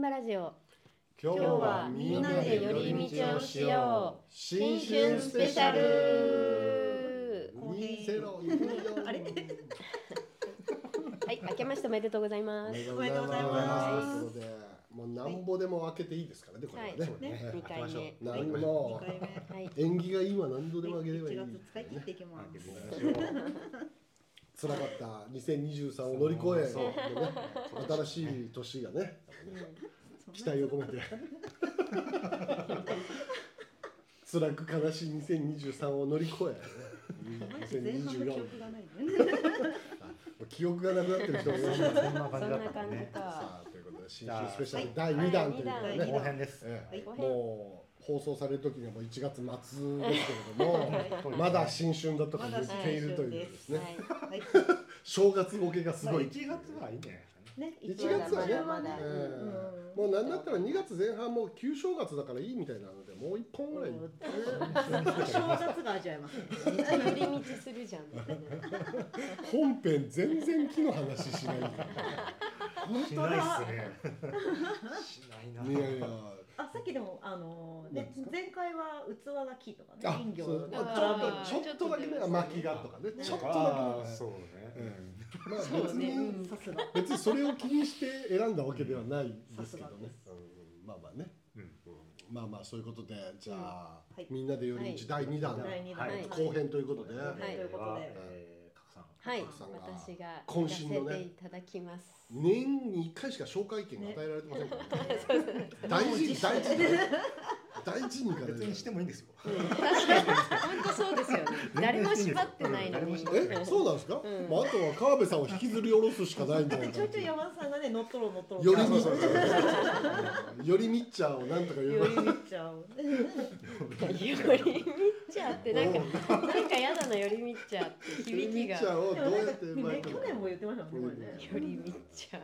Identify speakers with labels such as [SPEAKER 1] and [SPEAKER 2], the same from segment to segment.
[SPEAKER 1] 場ラジオ
[SPEAKER 2] 今日はみんなで寄り道をしよう新春スペシャル
[SPEAKER 3] あれ
[SPEAKER 1] はい明けましておめでとうございます
[SPEAKER 3] おめでとうございま
[SPEAKER 2] と
[SPEAKER 3] す
[SPEAKER 2] いうことでもうなんぼでも開けていいですからねこれはね
[SPEAKER 1] はい
[SPEAKER 2] ね
[SPEAKER 1] 二回目
[SPEAKER 2] な
[SPEAKER 3] はい
[SPEAKER 2] ん
[SPEAKER 3] 二
[SPEAKER 2] も
[SPEAKER 3] 回目
[SPEAKER 1] はい
[SPEAKER 2] 縁起がいいは何度でも開ければいい
[SPEAKER 3] 1月使い切ってい きます
[SPEAKER 2] 辛かった2023を乗り越
[SPEAKER 4] そう
[SPEAKER 2] え、ね、新しい年がね期待を込めて辛く悲しい2023を乗り越え
[SPEAKER 3] 前半の記憶
[SPEAKER 2] 2024
[SPEAKER 3] がないね
[SPEAKER 2] 記憶がなくなってる人もいるしさ
[SPEAKER 4] そんな
[SPEAKER 1] そ
[SPEAKER 4] 感
[SPEAKER 1] ん
[SPEAKER 4] じだ
[SPEAKER 1] な
[SPEAKER 4] った
[SPEAKER 1] 感
[SPEAKER 4] ん
[SPEAKER 1] じ
[SPEAKER 4] ね。
[SPEAKER 1] か
[SPEAKER 2] あということで新春スペシャル第
[SPEAKER 1] はい
[SPEAKER 2] 2弾ということ
[SPEAKER 1] は
[SPEAKER 2] で
[SPEAKER 1] い
[SPEAKER 2] ね、
[SPEAKER 3] 二
[SPEAKER 4] 後編です。
[SPEAKER 2] ええ
[SPEAKER 3] は
[SPEAKER 1] 後編
[SPEAKER 2] もう放送される時にはもう1月末ですけれどもまだ新春だとか言っているというですね、
[SPEAKER 1] はい
[SPEAKER 3] はい
[SPEAKER 2] 正月ボケがす
[SPEAKER 4] まあ
[SPEAKER 2] ごい
[SPEAKER 4] 1月はいいんじゃないですかね。
[SPEAKER 3] ね
[SPEAKER 2] 1月はね、
[SPEAKER 1] まだまだ
[SPEAKER 2] え
[SPEAKER 3] うん
[SPEAKER 2] えもうなんだったら2月前半もう旧正月だからいいみたいなのでもう1本ぐらい
[SPEAKER 3] 正月が味わえます
[SPEAKER 1] 寄り道するじゃんみたいな
[SPEAKER 2] 本編全然木の話しないんだよ
[SPEAKER 3] 本
[SPEAKER 4] し
[SPEAKER 3] 当
[SPEAKER 4] ない
[SPEAKER 3] だ
[SPEAKER 4] っすね。しない
[SPEAKER 2] ねい
[SPEAKER 4] な。
[SPEAKER 2] やいや
[SPEAKER 3] あさっきでもあのーね
[SPEAKER 2] 何ですか
[SPEAKER 3] 前回は器が木とかね
[SPEAKER 2] あ
[SPEAKER 3] 金魚
[SPEAKER 2] そう
[SPEAKER 3] とか
[SPEAKER 1] あー
[SPEAKER 2] ちょっとちょっとだけね巻きがとかねちょっとだけ
[SPEAKER 4] あー
[SPEAKER 2] ね
[SPEAKER 4] そう
[SPEAKER 2] う
[SPEAKER 4] ね。
[SPEAKER 2] んま
[SPEAKER 1] そ
[SPEAKER 2] あ
[SPEAKER 1] う
[SPEAKER 2] 別
[SPEAKER 1] ね
[SPEAKER 2] に
[SPEAKER 3] さすが
[SPEAKER 2] 別にそれを気にして選んだわけではないですけど
[SPEAKER 3] うんさ
[SPEAKER 2] ね
[SPEAKER 3] す
[SPEAKER 2] うんまあまあね
[SPEAKER 4] うん。
[SPEAKER 2] まあまあそういうことでじゃあ
[SPEAKER 3] うんはい
[SPEAKER 2] みんなで寄り道第2弾
[SPEAKER 3] 第二弾
[SPEAKER 4] はい
[SPEAKER 2] 後編ということで
[SPEAKER 3] はいということで
[SPEAKER 4] えー賀来さん。
[SPEAKER 1] はい
[SPEAKER 2] 奥さんが
[SPEAKER 1] 私が行か
[SPEAKER 2] 渾
[SPEAKER 1] せ
[SPEAKER 2] 身のね
[SPEAKER 1] ていただき ます
[SPEAKER 2] 年に1回しか紹介権が与えられてませんからね大事に大事に大事にいかないと
[SPEAKER 4] 別にしてもいいんですよ。
[SPEAKER 1] 本当そうですよね誰も縛ってないのに
[SPEAKER 2] えそうなんですか、まあ、あとは川辺さんを引きずり下ろすしかないんじゃないか
[SPEAKER 3] ち
[SPEAKER 2] な
[SPEAKER 3] ょいちょい山田さんがね乗っ取ろう乗っ取
[SPEAKER 2] よ
[SPEAKER 3] ろう
[SPEAKER 2] りみ
[SPEAKER 3] 乗
[SPEAKER 2] っ
[SPEAKER 3] っ
[SPEAKER 2] ち
[SPEAKER 3] 取ろ
[SPEAKER 2] ゃんよりみっちゃんをなんとか呼
[SPEAKER 3] うよ
[SPEAKER 2] ば
[SPEAKER 3] り見ちゃう
[SPEAKER 1] 寄り道ちゃってなんかなんかやだな寄り道ちゃって
[SPEAKER 2] より
[SPEAKER 1] 響
[SPEAKER 2] み
[SPEAKER 1] き
[SPEAKER 2] っ
[SPEAKER 1] が
[SPEAKER 2] ちゃんを
[SPEAKER 3] で
[SPEAKER 2] ど
[SPEAKER 3] も
[SPEAKER 2] う
[SPEAKER 3] な
[SPEAKER 2] や
[SPEAKER 3] んか
[SPEAKER 2] ってうまい
[SPEAKER 3] ね
[SPEAKER 2] か
[SPEAKER 3] 去年も言ってましたもんねこれね
[SPEAKER 1] 寄り道ちゃ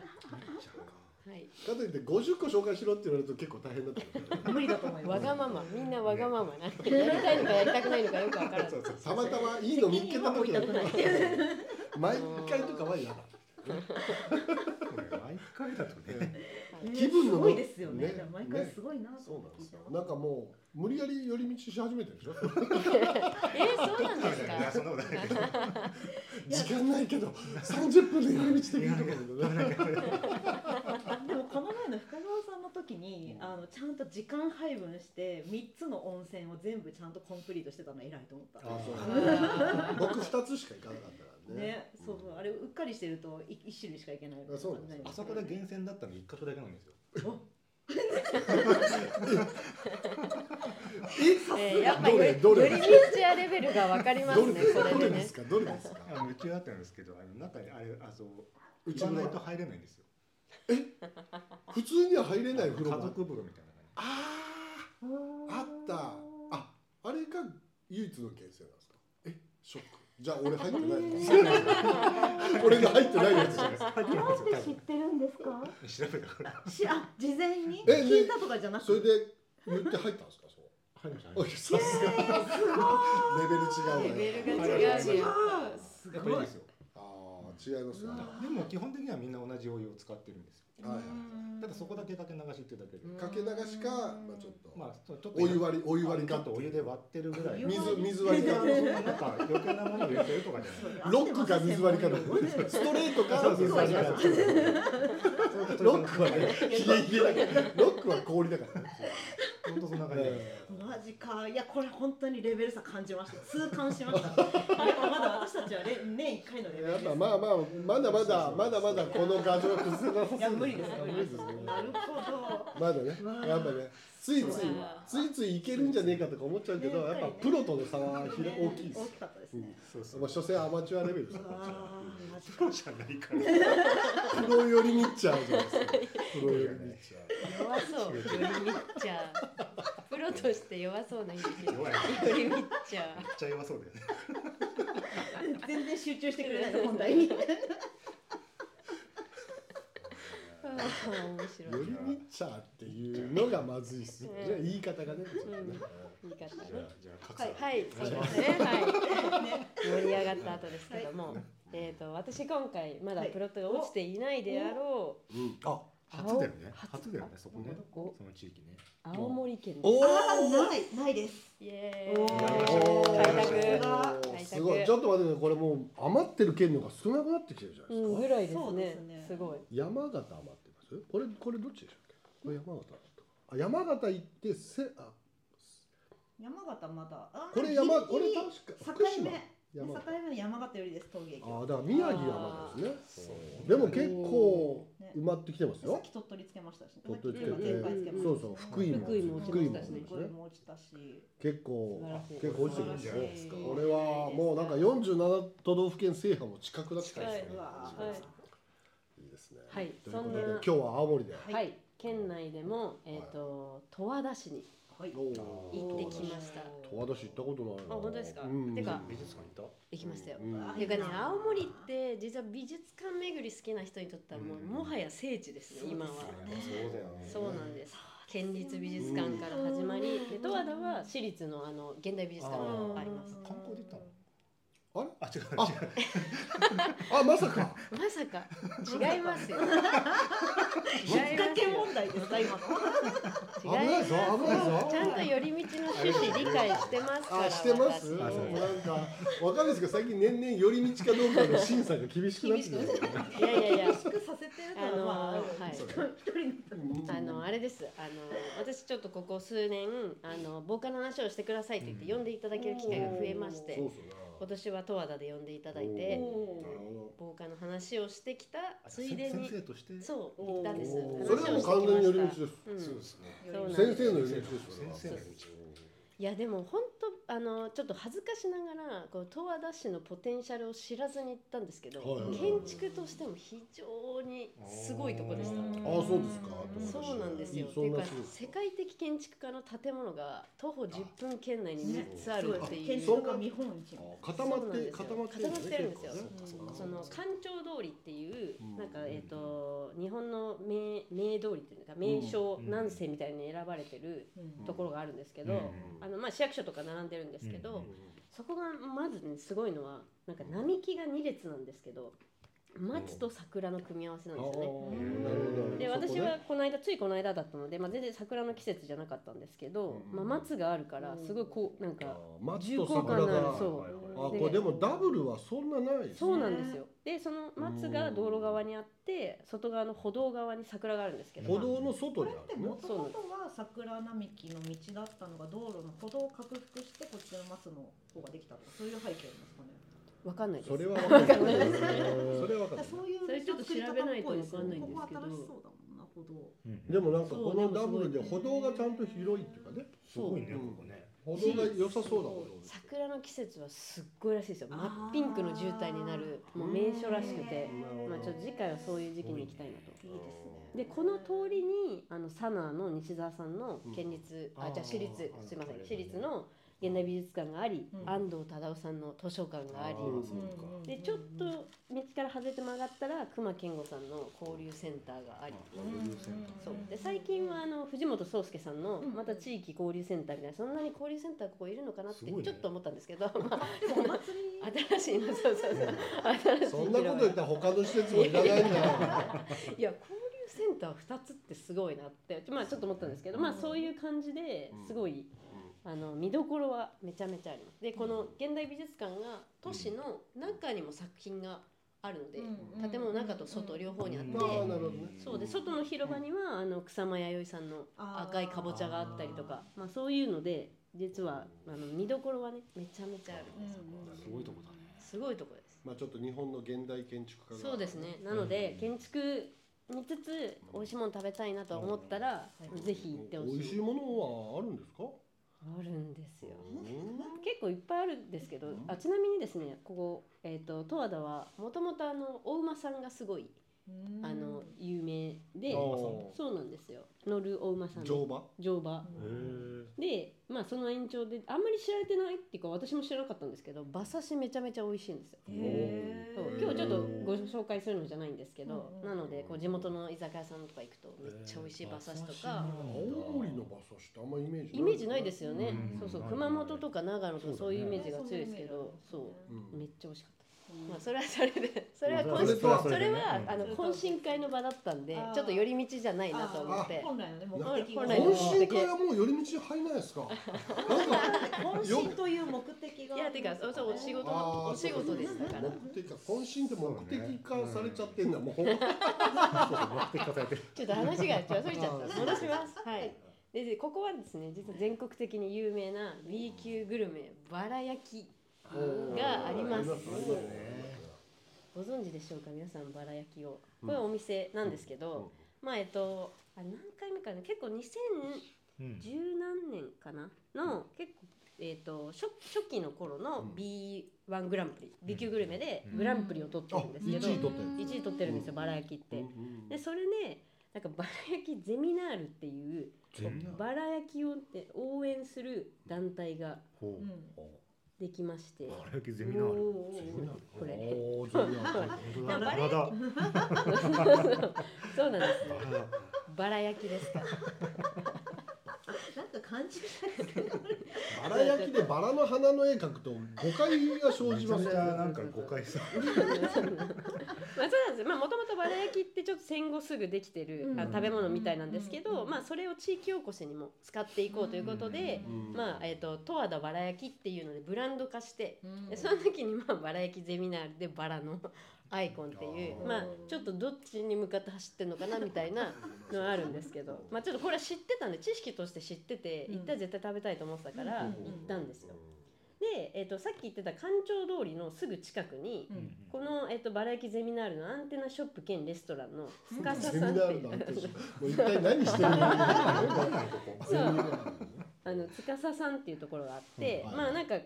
[SPEAKER 1] はい
[SPEAKER 2] かといって50個紹介しろって言われると結構大変だった
[SPEAKER 3] 無理だと思いま
[SPEAKER 1] わ
[SPEAKER 3] す
[SPEAKER 1] がままみんなわがままなんかやりたいのかやりたくないのかよくわからない
[SPEAKER 2] そうそうたまたまいいの見っけた時は 毎回とかは嫌だ
[SPEAKER 4] これ毎回だとね。
[SPEAKER 3] ね
[SPEAKER 2] 気分の
[SPEAKER 3] すごいですよ
[SPEAKER 2] ね
[SPEAKER 3] ね毎回
[SPEAKER 2] ね
[SPEAKER 3] すごいなと
[SPEAKER 2] そう
[SPEAKER 3] 思
[SPEAKER 2] なん
[SPEAKER 3] って
[SPEAKER 2] です
[SPEAKER 3] 聞いて
[SPEAKER 2] よ
[SPEAKER 3] ます
[SPEAKER 2] なんかもう無理やり寄り道し始めてるでしょ
[SPEAKER 1] えそうなんです
[SPEAKER 4] いや
[SPEAKER 1] か
[SPEAKER 4] そんなことないけど。
[SPEAKER 2] 時間ないけど30分で寄り道できるとかだね
[SPEAKER 3] でもこの前の深川さんの時に、あのちゃんと時間配分して3つの温泉を全部ちゃんとコンプリートしてたの偉いと思った
[SPEAKER 4] あそう
[SPEAKER 2] 僕2つしか行かなかったからね
[SPEAKER 3] ね、そうそうあれうっかりしてるとい一種類しかいけない
[SPEAKER 2] あそうなんですよ
[SPEAKER 4] あそこで厳選だったの一箇所だけなんですよ。
[SPEAKER 1] えーやっぱり
[SPEAKER 2] どれど
[SPEAKER 1] 寄
[SPEAKER 2] れ
[SPEAKER 1] り道やレベルがわかります
[SPEAKER 2] どれ
[SPEAKER 1] ね
[SPEAKER 2] です
[SPEAKER 1] こ
[SPEAKER 2] かど
[SPEAKER 1] れで
[SPEAKER 2] れで
[SPEAKER 1] ね
[SPEAKER 2] すかどれですか
[SPEAKER 4] あのうちだったんですけど、あの中にあれあそう
[SPEAKER 2] う
[SPEAKER 4] う
[SPEAKER 2] ち
[SPEAKER 4] ち
[SPEAKER 2] の
[SPEAKER 4] ないと入れないんですよ。
[SPEAKER 2] 普通には入れ
[SPEAKER 4] 家
[SPEAKER 2] ない
[SPEAKER 4] 族
[SPEAKER 2] 風呂がある
[SPEAKER 4] 風呂みたいな。
[SPEAKER 2] あーあったああれが唯一の厳選なんですかえショックじゃあ俺入ってないやつ俺が入ってないやつじゃないですか
[SPEAKER 4] 入ってないんですよ多分
[SPEAKER 3] てるんですか
[SPEAKER 4] 調べたから。
[SPEAKER 3] しあ事前に
[SPEAKER 2] えね
[SPEAKER 3] 聞いたとかじゃなく
[SPEAKER 2] それ
[SPEAKER 3] て
[SPEAKER 2] で言って入ったんですかそう
[SPEAKER 4] 入りました
[SPEAKER 2] おいさすがレベル違うね
[SPEAKER 1] レベルが違う
[SPEAKER 3] 違うす
[SPEAKER 4] やっぱりいい
[SPEAKER 3] ごい
[SPEAKER 4] ですよ。
[SPEAKER 2] あー違いますね
[SPEAKER 4] でも基本的にはみんな同じお湯を使ってるんですよ。
[SPEAKER 2] はいはい
[SPEAKER 4] ただそこだけかけ流しっていうだけで。
[SPEAKER 2] かけ流しかまあちょっと
[SPEAKER 4] まあちょっと
[SPEAKER 2] お湯割りお湯割り
[SPEAKER 4] ち
[SPEAKER 2] か
[SPEAKER 4] ょっとお湯で割ってるぐらい。
[SPEAKER 3] お湯
[SPEAKER 2] 水水割りか
[SPEAKER 4] そんななんか余計なものを入れてるとかじゃない。
[SPEAKER 2] ロックか水割りかのストレートか水割りかロックはねヒゲヒゲだからロックは氷だからね
[SPEAKER 4] 本当そんな感じで。
[SPEAKER 2] え
[SPEAKER 3] マジかいやこれ本当にレベル差感じました痛感しましたやっぱまだ私たちはね年1回のレベ
[SPEAKER 2] ー
[SPEAKER 3] ル
[SPEAKER 2] や
[SPEAKER 3] で
[SPEAKER 2] っ
[SPEAKER 3] す
[SPEAKER 2] ぱまあまあまだまだまだまだこの画像は崩せなさそう
[SPEAKER 3] いや無理です無理です
[SPEAKER 2] 無理ですね
[SPEAKER 3] なるほ
[SPEAKER 2] まだねやっぱねついつい
[SPEAKER 3] そう
[SPEAKER 2] ついついいけるんじゃねえかとか思っちゃうけど
[SPEAKER 3] ね
[SPEAKER 2] やっぱプロとの差は
[SPEAKER 3] ど
[SPEAKER 2] ひら大きいで
[SPEAKER 3] 大
[SPEAKER 2] す
[SPEAKER 3] きかったですね
[SPEAKER 4] そうそ
[SPEAKER 2] もう所詮アマチュアレベルです
[SPEAKER 3] うわーマジか
[SPEAKER 4] プロじゃないから。
[SPEAKER 2] プロ寄りみっちゃうじゃないですかプロ寄りみっちゃう
[SPEAKER 1] 弱そう寄り道ちゃプロとして弱そうな響
[SPEAKER 4] 弱い。
[SPEAKER 1] き寄り道ちゃ
[SPEAKER 4] めっちゃ弱そうだよね。
[SPEAKER 3] 全然集中してくれないの本題に
[SPEAKER 1] あー面白
[SPEAKER 2] よ
[SPEAKER 1] い
[SPEAKER 2] りみっちゃっていうのがまずいっすよね言い方がねちょっとね
[SPEAKER 1] 言い方
[SPEAKER 4] じゃあじゃあ賀来
[SPEAKER 1] は
[SPEAKER 4] さん
[SPEAKER 1] い、。はい、そうですね、はい、盛り上がった後ですけども、えっ、と、私今回まだプロットが落ちていないであろ
[SPEAKER 2] うんあ
[SPEAKER 1] う。
[SPEAKER 4] 初だよね
[SPEAKER 1] 青
[SPEAKER 4] 初だよねそこね
[SPEAKER 1] どこ
[SPEAKER 4] その地域ね
[SPEAKER 1] 青森県です
[SPEAKER 5] おお
[SPEAKER 3] あーないないです
[SPEAKER 1] イエ
[SPEAKER 3] お
[SPEAKER 1] ーイ
[SPEAKER 3] ー
[SPEAKER 1] 開拓
[SPEAKER 2] おーすごいちょっと待ってくださいこれもう余ってる県の方が少なくなってきてるじゃな
[SPEAKER 1] う
[SPEAKER 2] いです
[SPEAKER 1] ん
[SPEAKER 2] か、
[SPEAKER 1] ぐらいです
[SPEAKER 3] そう
[SPEAKER 1] ね
[SPEAKER 3] ですね
[SPEAKER 1] すごい
[SPEAKER 2] 山形余ってますこれこれどっちでしたっけこれ山形だったあ山形行ってせあ
[SPEAKER 3] 山形まだあー
[SPEAKER 2] これ山
[SPEAKER 3] ギ
[SPEAKER 2] こ
[SPEAKER 3] リ
[SPEAKER 2] れ
[SPEAKER 3] ギリ
[SPEAKER 2] 確か
[SPEAKER 3] 境
[SPEAKER 2] 福島
[SPEAKER 3] 目
[SPEAKER 2] 山
[SPEAKER 3] 境
[SPEAKER 2] 形
[SPEAKER 3] 目の山形よりです陶芸駅
[SPEAKER 2] あ
[SPEAKER 3] は
[SPEAKER 2] ーだから宮城山形ですねでも結構埋まってきてます
[SPEAKER 3] さ
[SPEAKER 2] よ
[SPEAKER 3] っき鳥取つけましたしね
[SPEAKER 2] 鳥取つけ
[SPEAKER 3] さっき前回つけまし
[SPEAKER 2] そ
[SPEAKER 3] たしね
[SPEAKER 2] うそう福井も
[SPEAKER 1] 福井も
[SPEAKER 2] 福井
[SPEAKER 1] 落ち
[SPEAKER 2] も
[SPEAKER 1] ましたしね
[SPEAKER 3] 福井も落ちたし
[SPEAKER 2] 結構
[SPEAKER 1] 素晴らしい
[SPEAKER 2] 結構落ちてるん
[SPEAKER 3] 素
[SPEAKER 2] で
[SPEAKER 3] 晴ら
[SPEAKER 2] ね
[SPEAKER 3] しい
[SPEAKER 2] これはもうなんか47都道府県制覇も近くなってきたですね
[SPEAKER 1] 近
[SPEAKER 3] うわ
[SPEAKER 1] は
[SPEAKER 3] ー
[SPEAKER 1] い
[SPEAKER 2] いいですね
[SPEAKER 1] はい
[SPEAKER 2] ということで
[SPEAKER 1] そんな
[SPEAKER 2] 今日は青森で
[SPEAKER 3] はい
[SPEAKER 1] はい県内でもえっと十和田市に
[SPEAKER 3] はい
[SPEAKER 2] おー
[SPEAKER 1] 行ってきました
[SPEAKER 2] 十和田市行ったことないな
[SPEAKER 1] あ本当ですか
[SPEAKER 2] うん
[SPEAKER 1] てか
[SPEAKER 4] 美術館行っ
[SPEAKER 1] 行きましたよ
[SPEAKER 2] うん
[SPEAKER 3] あ
[SPEAKER 1] っていうかね
[SPEAKER 3] いいな
[SPEAKER 1] 青森って実は美術館巡り好きな人にとったらもう、
[SPEAKER 4] うん
[SPEAKER 1] もはや聖地ですね
[SPEAKER 3] そうですよ
[SPEAKER 1] 今
[SPEAKER 3] ね
[SPEAKER 1] は
[SPEAKER 4] たやっぱそうだよね
[SPEAKER 1] そうなんです県立美術館から始まり、で十和田は私立のあの現代美術館があります
[SPEAKER 3] うん
[SPEAKER 4] 観光で行ったの
[SPEAKER 2] あれ
[SPEAKER 4] あ違う
[SPEAKER 2] あ
[SPEAKER 4] 違う
[SPEAKER 2] あまさか
[SPEAKER 1] まさか違いますよ違いま
[SPEAKER 3] 引っ掛
[SPEAKER 1] す
[SPEAKER 3] け
[SPEAKER 1] よ
[SPEAKER 3] 問題ですか今の
[SPEAKER 2] 危ないぞ危ないぞ
[SPEAKER 1] ちゃんと寄り道の趣旨理解してますから
[SPEAKER 2] あしてます
[SPEAKER 1] 私
[SPEAKER 2] もうな
[SPEAKER 4] あそうん
[SPEAKER 2] かわかんないですけど最近年々寄り道かどうかの審査が厳しくなってきてますよね
[SPEAKER 1] いやいやいや
[SPEAKER 3] 自粛させてるから
[SPEAKER 1] あのー
[SPEAKER 3] まあ
[SPEAKER 1] はい
[SPEAKER 3] 一人一人の
[SPEAKER 2] うん
[SPEAKER 1] あのあれですあの私ちょっとここ数年あの防火の話をしてくださいと言って呼んでいただける機会が増えまして
[SPEAKER 2] そう
[SPEAKER 1] 今年は十和田で呼んでいただい
[SPEAKER 2] え
[SPEAKER 1] て
[SPEAKER 2] そうなる
[SPEAKER 3] お
[SPEAKER 2] ほ
[SPEAKER 1] 防火の話をしてきた
[SPEAKER 4] あ
[SPEAKER 1] ついで
[SPEAKER 4] 先
[SPEAKER 1] に
[SPEAKER 4] 生として
[SPEAKER 1] そう行
[SPEAKER 3] おー
[SPEAKER 1] ったん
[SPEAKER 2] ど
[SPEAKER 1] です
[SPEAKER 2] おーそれはもう完全に寄り道です
[SPEAKER 1] うん
[SPEAKER 4] そうですね
[SPEAKER 3] ー
[SPEAKER 1] そうなんです
[SPEAKER 2] 先生の寄り道です
[SPEAKER 4] 先生の寄り
[SPEAKER 1] いやでも本当あのちょっと恥ずかしながらこう十和田市のポテンシャルを知らずに行ったんですけど、
[SPEAKER 2] はいはいはい
[SPEAKER 1] 建築としても非常にすごいとこでした
[SPEAKER 3] う。ん
[SPEAKER 2] ああそうですか
[SPEAKER 1] そうなんですよ。っ
[SPEAKER 2] いい
[SPEAKER 1] て
[SPEAKER 2] そ
[SPEAKER 1] い
[SPEAKER 2] ん
[SPEAKER 1] う
[SPEAKER 2] な
[SPEAKER 1] か
[SPEAKER 2] すごい
[SPEAKER 1] 世界的建築家の建物が徒歩10分圏内に3つあ
[SPEAKER 3] すご
[SPEAKER 1] る
[SPEAKER 3] い
[SPEAKER 1] って
[SPEAKER 3] 建
[SPEAKER 1] いう。
[SPEAKER 2] そう
[SPEAKER 3] 築家見本市
[SPEAKER 2] あ固まって固まってね
[SPEAKER 1] 固まってるんですよ
[SPEAKER 2] 結構ね
[SPEAKER 3] うん
[SPEAKER 2] そうか
[SPEAKER 1] そ
[SPEAKER 2] そうか
[SPEAKER 1] の官庁通りっていう、
[SPEAKER 2] うん
[SPEAKER 1] なんかえっ、と日本の名名通りっていうか名所
[SPEAKER 4] うん
[SPEAKER 1] 何世みたいに選ばれてる
[SPEAKER 3] うん
[SPEAKER 1] ところがあるんですけど、
[SPEAKER 4] うん
[SPEAKER 1] あのまあ市役所とか並んでるんですけど、
[SPEAKER 4] うん
[SPEAKER 1] そこがまずねすごいのはなんか並木が2列なんですけど松と桜の組み合わせなんですよね。
[SPEAKER 2] あーなるほど
[SPEAKER 1] で
[SPEAKER 2] そこね
[SPEAKER 1] 私はこの間ついこの間だったので、まあ、全然桜の季節じゃなかったんですけど、
[SPEAKER 2] うん
[SPEAKER 1] まあ、松があるから
[SPEAKER 3] うん
[SPEAKER 1] すごいこうなん
[SPEAKER 2] あ
[SPEAKER 1] か
[SPEAKER 2] ー松
[SPEAKER 1] 重
[SPEAKER 2] と
[SPEAKER 1] 厚感
[SPEAKER 2] 桜
[SPEAKER 1] のある
[SPEAKER 2] が
[SPEAKER 1] そう
[SPEAKER 4] はいはいはい
[SPEAKER 2] あこれでもダブルはそんなないですね
[SPEAKER 1] そうなんですよでその松が道路側にあって外側の歩道側に桜があるんですけど、ま
[SPEAKER 2] 歩
[SPEAKER 1] あ
[SPEAKER 2] 道の外
[SPEAKER 3] こ
[SPEAKER 2] に
[SPEAKER 3] れ
[SPEAKER 2] あ
[SPEAKER 3] って
[SPEAKER 2] るね
[SPEAKER 3] もともとは桜並木の道だったのが道路の歩道を拡幅してこっちの松の方ができたとかそういう背景ありますかね
[SPEAKER 1] わかんないです
[SPEAKER 2] それは分かんない
[SPEAKER 1] わかんない
[SPEAKER 2] それは分かん
[SPEAKER 3] だ
[SPEAKER 2] な
[SPEAKER 3] から
[SPEAKER 2] い
[SPEAKER 3] そうい
[SPEAKER 1] そ
[SPEAKER 3] う
[SPEAKER 1] れちょっと調べないとわかんないんですけど
[SPEAKER 3] ここ新しそうだもんな歩道
[SPEAKER 4] うん
[SPEAKER 2] でもなんか
[SPEAKER 1] そう
[SPEAKER 2] このダブルで歩道がちゃんと広いっていうかね
[SPEAKER 4] すごいねここね
[SPEAKER 2] 歩道が良さそうだもん
[SPEAKER 1] 桜の季節はすっごいらしいですよ真っピンクの渋滞になるもう名所らしくて、まあ、ちょっと次回はそういう時期に行きたいなと。
[SPEAKER 3] いいですね
[SPEAKER 1] でこの通りにあのサナーの西澤さんの県立、
[SPEAKER 4] うん
[SPEAKER 1] あ
[SPEAKER 4] あー
[SPEAKER 1] じゃあ私立
[SPEAKER 4] あの
[SPEAKER 1] すいませ
[SPEAKER 4] あ
[SPEAKER 1] ん
[SPEAKER 4] れ
[SPEAKER 1] 私立の現代美術館があり、
[SPEAKER 3] うん
[SPEAKER 1] 安藤忠夫さんの図書館があり、
[SPEAKER 4] ー
[SPEAKER 2] そう
[SPEAKER 4] か
[SPEAKER 1] でちょっと道から外れて曲がったら熊健吾さんの交流センターがあり、
[SPEAKER 4] うんうん
[SPEAKER 1] そうで最近はあの藤本壮介さんの
[SPEAKER 3] うん
[SPEAKER 1] また地域交流センターみたいなそんなに交流センターここいるのかなって
[SPEAKER 4] すごいね
[SPEAKER 1] ちょっと思ったんですけど、まあ
[SPEAKER 3] でもお祭り
[SPEAKER 1] 新しいのそうそうそう新しい
[SPEAKER 2] そんなこと
[SPEAKER 1] 広
[SPEAKER 2] 言
[SPEAKER 1] が
[SPEAKER 2] ったら他の施設もいらないんだよ
[SPEAKER 1] いや交流センター2つってすごいなって、まあ、ちょっと思ったんですけど、まあ、そういう感じですごい、あの見どころはめちゃめちゃありますでこの現代美術館が都市の中にも作品があるので、
[SPEAKER 3] うん
[SPEAKER 1] 建物の中と外両方にあって、
[SPEAKER 4] うん
[SPEAKER 2] まあなるほどね
[SPEAKER 1] そうで外の広場にはあの草間彌生さんの
[SPEAKER 3] あー
[SPEAKER 1] 赤いかぼちゃがあったりとかまあ、そういうので実はあの見どころはねめちゃめちゃあるんですよ、
[SPEAKER 3] うん
[SPEAKER 4] すごいとこだね
[SPEAKER 1] すごいとこです。
[SPEAKER 2] まあちょっと日本の現代建築家が
[SPEAKER 1] そうですね。なので、建築見つつ美味しいもの食べたいなと思ったら、
[SPEAKER 3] うん
[SPEAKER 1] ぜひ行ってほしい。
[SPEAKER 2] 美味しいものはあるんですか
[SPEAKER 1] あるんですよ。
[SPEAKER 2] う
[SPEAKER 1] 結構いっぱいあるんですけど、あちなみにですね、ここえっ、と十和田はもともとあのお馬さんがすごい
[SPEAKER 3] うん
[SPEAKER 1] あの有名で、
[SPEAKER 2] あー
[SPEAKER 1] そうなんですよ。乗るお馬さんの
[SPEAKER 2] ん乗馬
[SPEAKER 1] 乗馬。
[SPEAKER 4] へ
[SPEAKER 1] で、まあその延長であんまり知られてないっていうか私も知らなかったんですけど、馬刺しめちゃめちゃ美味しいんですよ。
[SPEAKER 3] へ
[SPEAKER 1] そう
[SPEAKER 3] ー
[SPEAKER 1] 今日ちょっとご紹介するのじゃないんですけど、
[SPEAKER 3] うんうん
[SPEAKER 1] なのでこう地元の居酒屋さんとか行くとめっちゃ美味しい馬刺しとか、
[SPEAKER 2] 青森の馬刺しってあんまイメージない
[SPEAKER 1] イメージないですよね、
[SPEAKER 4] うん
[SPEAKER 1] そうそう
[SPEAKER 4] ない
[SPEAKER 1] 熊本とか長野とかそういうイメージが
[SPEAKER 3] そう
[SPEAKER 1] 強いですけど、
[SPEAKER 3] そう
[SPEAKER 1] そ
[SPEAKER 3] だね
[SPEAKER 2] う
[SPEAKER 1] うめっ
[SPEAKER 2] ん
[SPEAKER 1] ちゃ美味しかったまあ、それはそれでそれは
[SPEAKER 4] ま
[SPEAKER 2] あ
[SPEAKER 1] 懇
[SPEAKER 2] それとは
[SPEAKER 1] 親そ
[SPEAKER 2] そ
[SPEAKER 4] れで
[SPEAKER 1] れ
[SPEAKER 4] ね
[SPEAKER 1] は
[SPEAKER 4] うん
[SPEAKER 1] あの懇親会の場だったんで
[SPEAKER 3] あー
[SPEAKER 1] ちょっと寄り道じゃないなと思って
[SPEAKER 3] 本来のね目的が
[SPEAKER 1] 本来の
[SPEAKER 2] 懇
[SPEAKER 1] 目的
[SPEAKER 2] 親会はもう寄り道入んないですか。なんか
[SPEAKER 3] 本心という目的が
[SPEAKER 1] いやてかそうそうお仕事
[SPEAKER 2] あー
[SPEAKER 1] お仕事でしたから
[SPEAKER 2] 目的か懇親って目的化されちゃってんだもう。
[SPEAKER 4] 持ってかされてる。
[SPEAKER 1] ちょっと話がちょっとそれちゃっ
[SPEAKER 2] あ
[SPEAKER 1] た
[SPEAKER 2] ー
[SPEAKER 1] 戻しますはいででここはですね実は全国的に有名な B 級グルメバラ焼きがあります
[SPEAKER 2] ありますね
[SPEAKER 1] ご存知でしょうか皆さんバラ焼きをこれはお店なんですけど、まあえっとあ何回目かな結構2010
[SPEAKER 4] うん。
[SPEAKER 1] 何年かなの結構えっと初初期の頃
[SPEAKER 2] う
[SPEAKER 1] の
[SPEAKER 2] ん
[SPEAKER 1] B1 グランプリ B 級グルメで
[SPEAKER 4] うん
[SPEAKER 1] グランプリを取ってるんですけど、
[SPEAKER 2] あ一位取ってる
[SPEAKER 1] 1位取ってるんです
[SPEAKER 2] う
[SPEAKER 1] よ
[SPEAKER 2] ん
[SPEAKER 1] バラ焼きって。
[SPEAKER 2] うん
[SPEAKER 1] でそれでなんかバラ焼きゼミナールっていう
[SPEAKER 4] 全部。
[SPEAKER 1] バラ焼きをって応援する団体が
[SPEAKER 4] ほ
[SPEAKER 3] う
[SPEAKER 4] う。
[SPEAKER 3] ん
[SPEAKER 1] できまして
[SPEAKER 4] バラ焼きゼミナール。
[SPEAKER 1] おーこれ
[SPEAKER 4] おお、ゼミナール。本当だ
[SPEAKER 1] でもバラ
[SPEAKER 4] ま だ。
[SPEAKER 1] そうなんです
[SPEAKER 4] まだ
[SPEAKER 1] バラ焼きですから
[SPEAKER 3] なんか感じたけど
[SPEAKER 2] バラ焼きでバラの花の絵描くと誤解が生
[SPEAKER 4] め
[SPEAKER 2] じ
[SPEAKER 4] ちゃ
[SPEAKER 2] ま
[SPEAKER 4] め
[SPEAKER 2] す
[SPEAKER 4] ちゃなんか誤解さ。
[SPEAKER 1] まあそうなんですまあもともとバラ焼きってちょっと戦後すぐできてる、
[SPEAKER 3] うん
[SPEAKER 1] あ食べ物みたいなんですけど、
[SPEAKER 3] うん
[SPEAKER 1] まあそれを地域おこしにも使っていこうということで、
[SPEAKER 2] うん
[SPEAKER 1] まあえっ、と十和田バラ焼きっていうのでブランド化して、でそ
[SPEAKER 3] そ
[SPEAKER 1] の時にまあバラ焼きゼミナールでバラの アイコンっていう
[SPEAKER 4] あー
[SPEAKER 1] まあちょっとどっちに向かって走ってんのかなみたいなのあるんですけど、まあちょっとこれは知ってたんで知識として知ってて
[SPEAKER 3] うん
[SPEAKER 1] 行ったら絶対食べたいと思ってたから
[SPEAKER 3] う
[SPEAKER 1] 行
[SPEAKER 3] ん
[SPEAKER 1] ったんですよ。で、えっとさっき言ってた官庁通りのすぐ近くに
[SPEAKER 3] う
[SPEAKER 4] うん
[SPEAKER 3] ん
[SPEAKER 1] この、えっとバラエティゼミナールのアンテナショップ兼レストランの司さ
[SPEAKER 2] ゼ
[SPEAKER 1] ん
[SPEAKER 2] ミナ
[SPEAKER 1] って
[SPEAKER 2] ー
[SPEAKER 1] い
[SPEAKER 2] ルの
[SPEAKER 1] う
[SPEAKER 2] 話もう一体何してるの
[SPEAKER 4] 何なのここ。
[SPEAKER 1] そう
[SPEAKER 2] ゼミナール
[SPEAKER 1] あの司さんっていうところがあって、
[SPEAKER 2] うんはい
[SPEAKER 1] まあなんか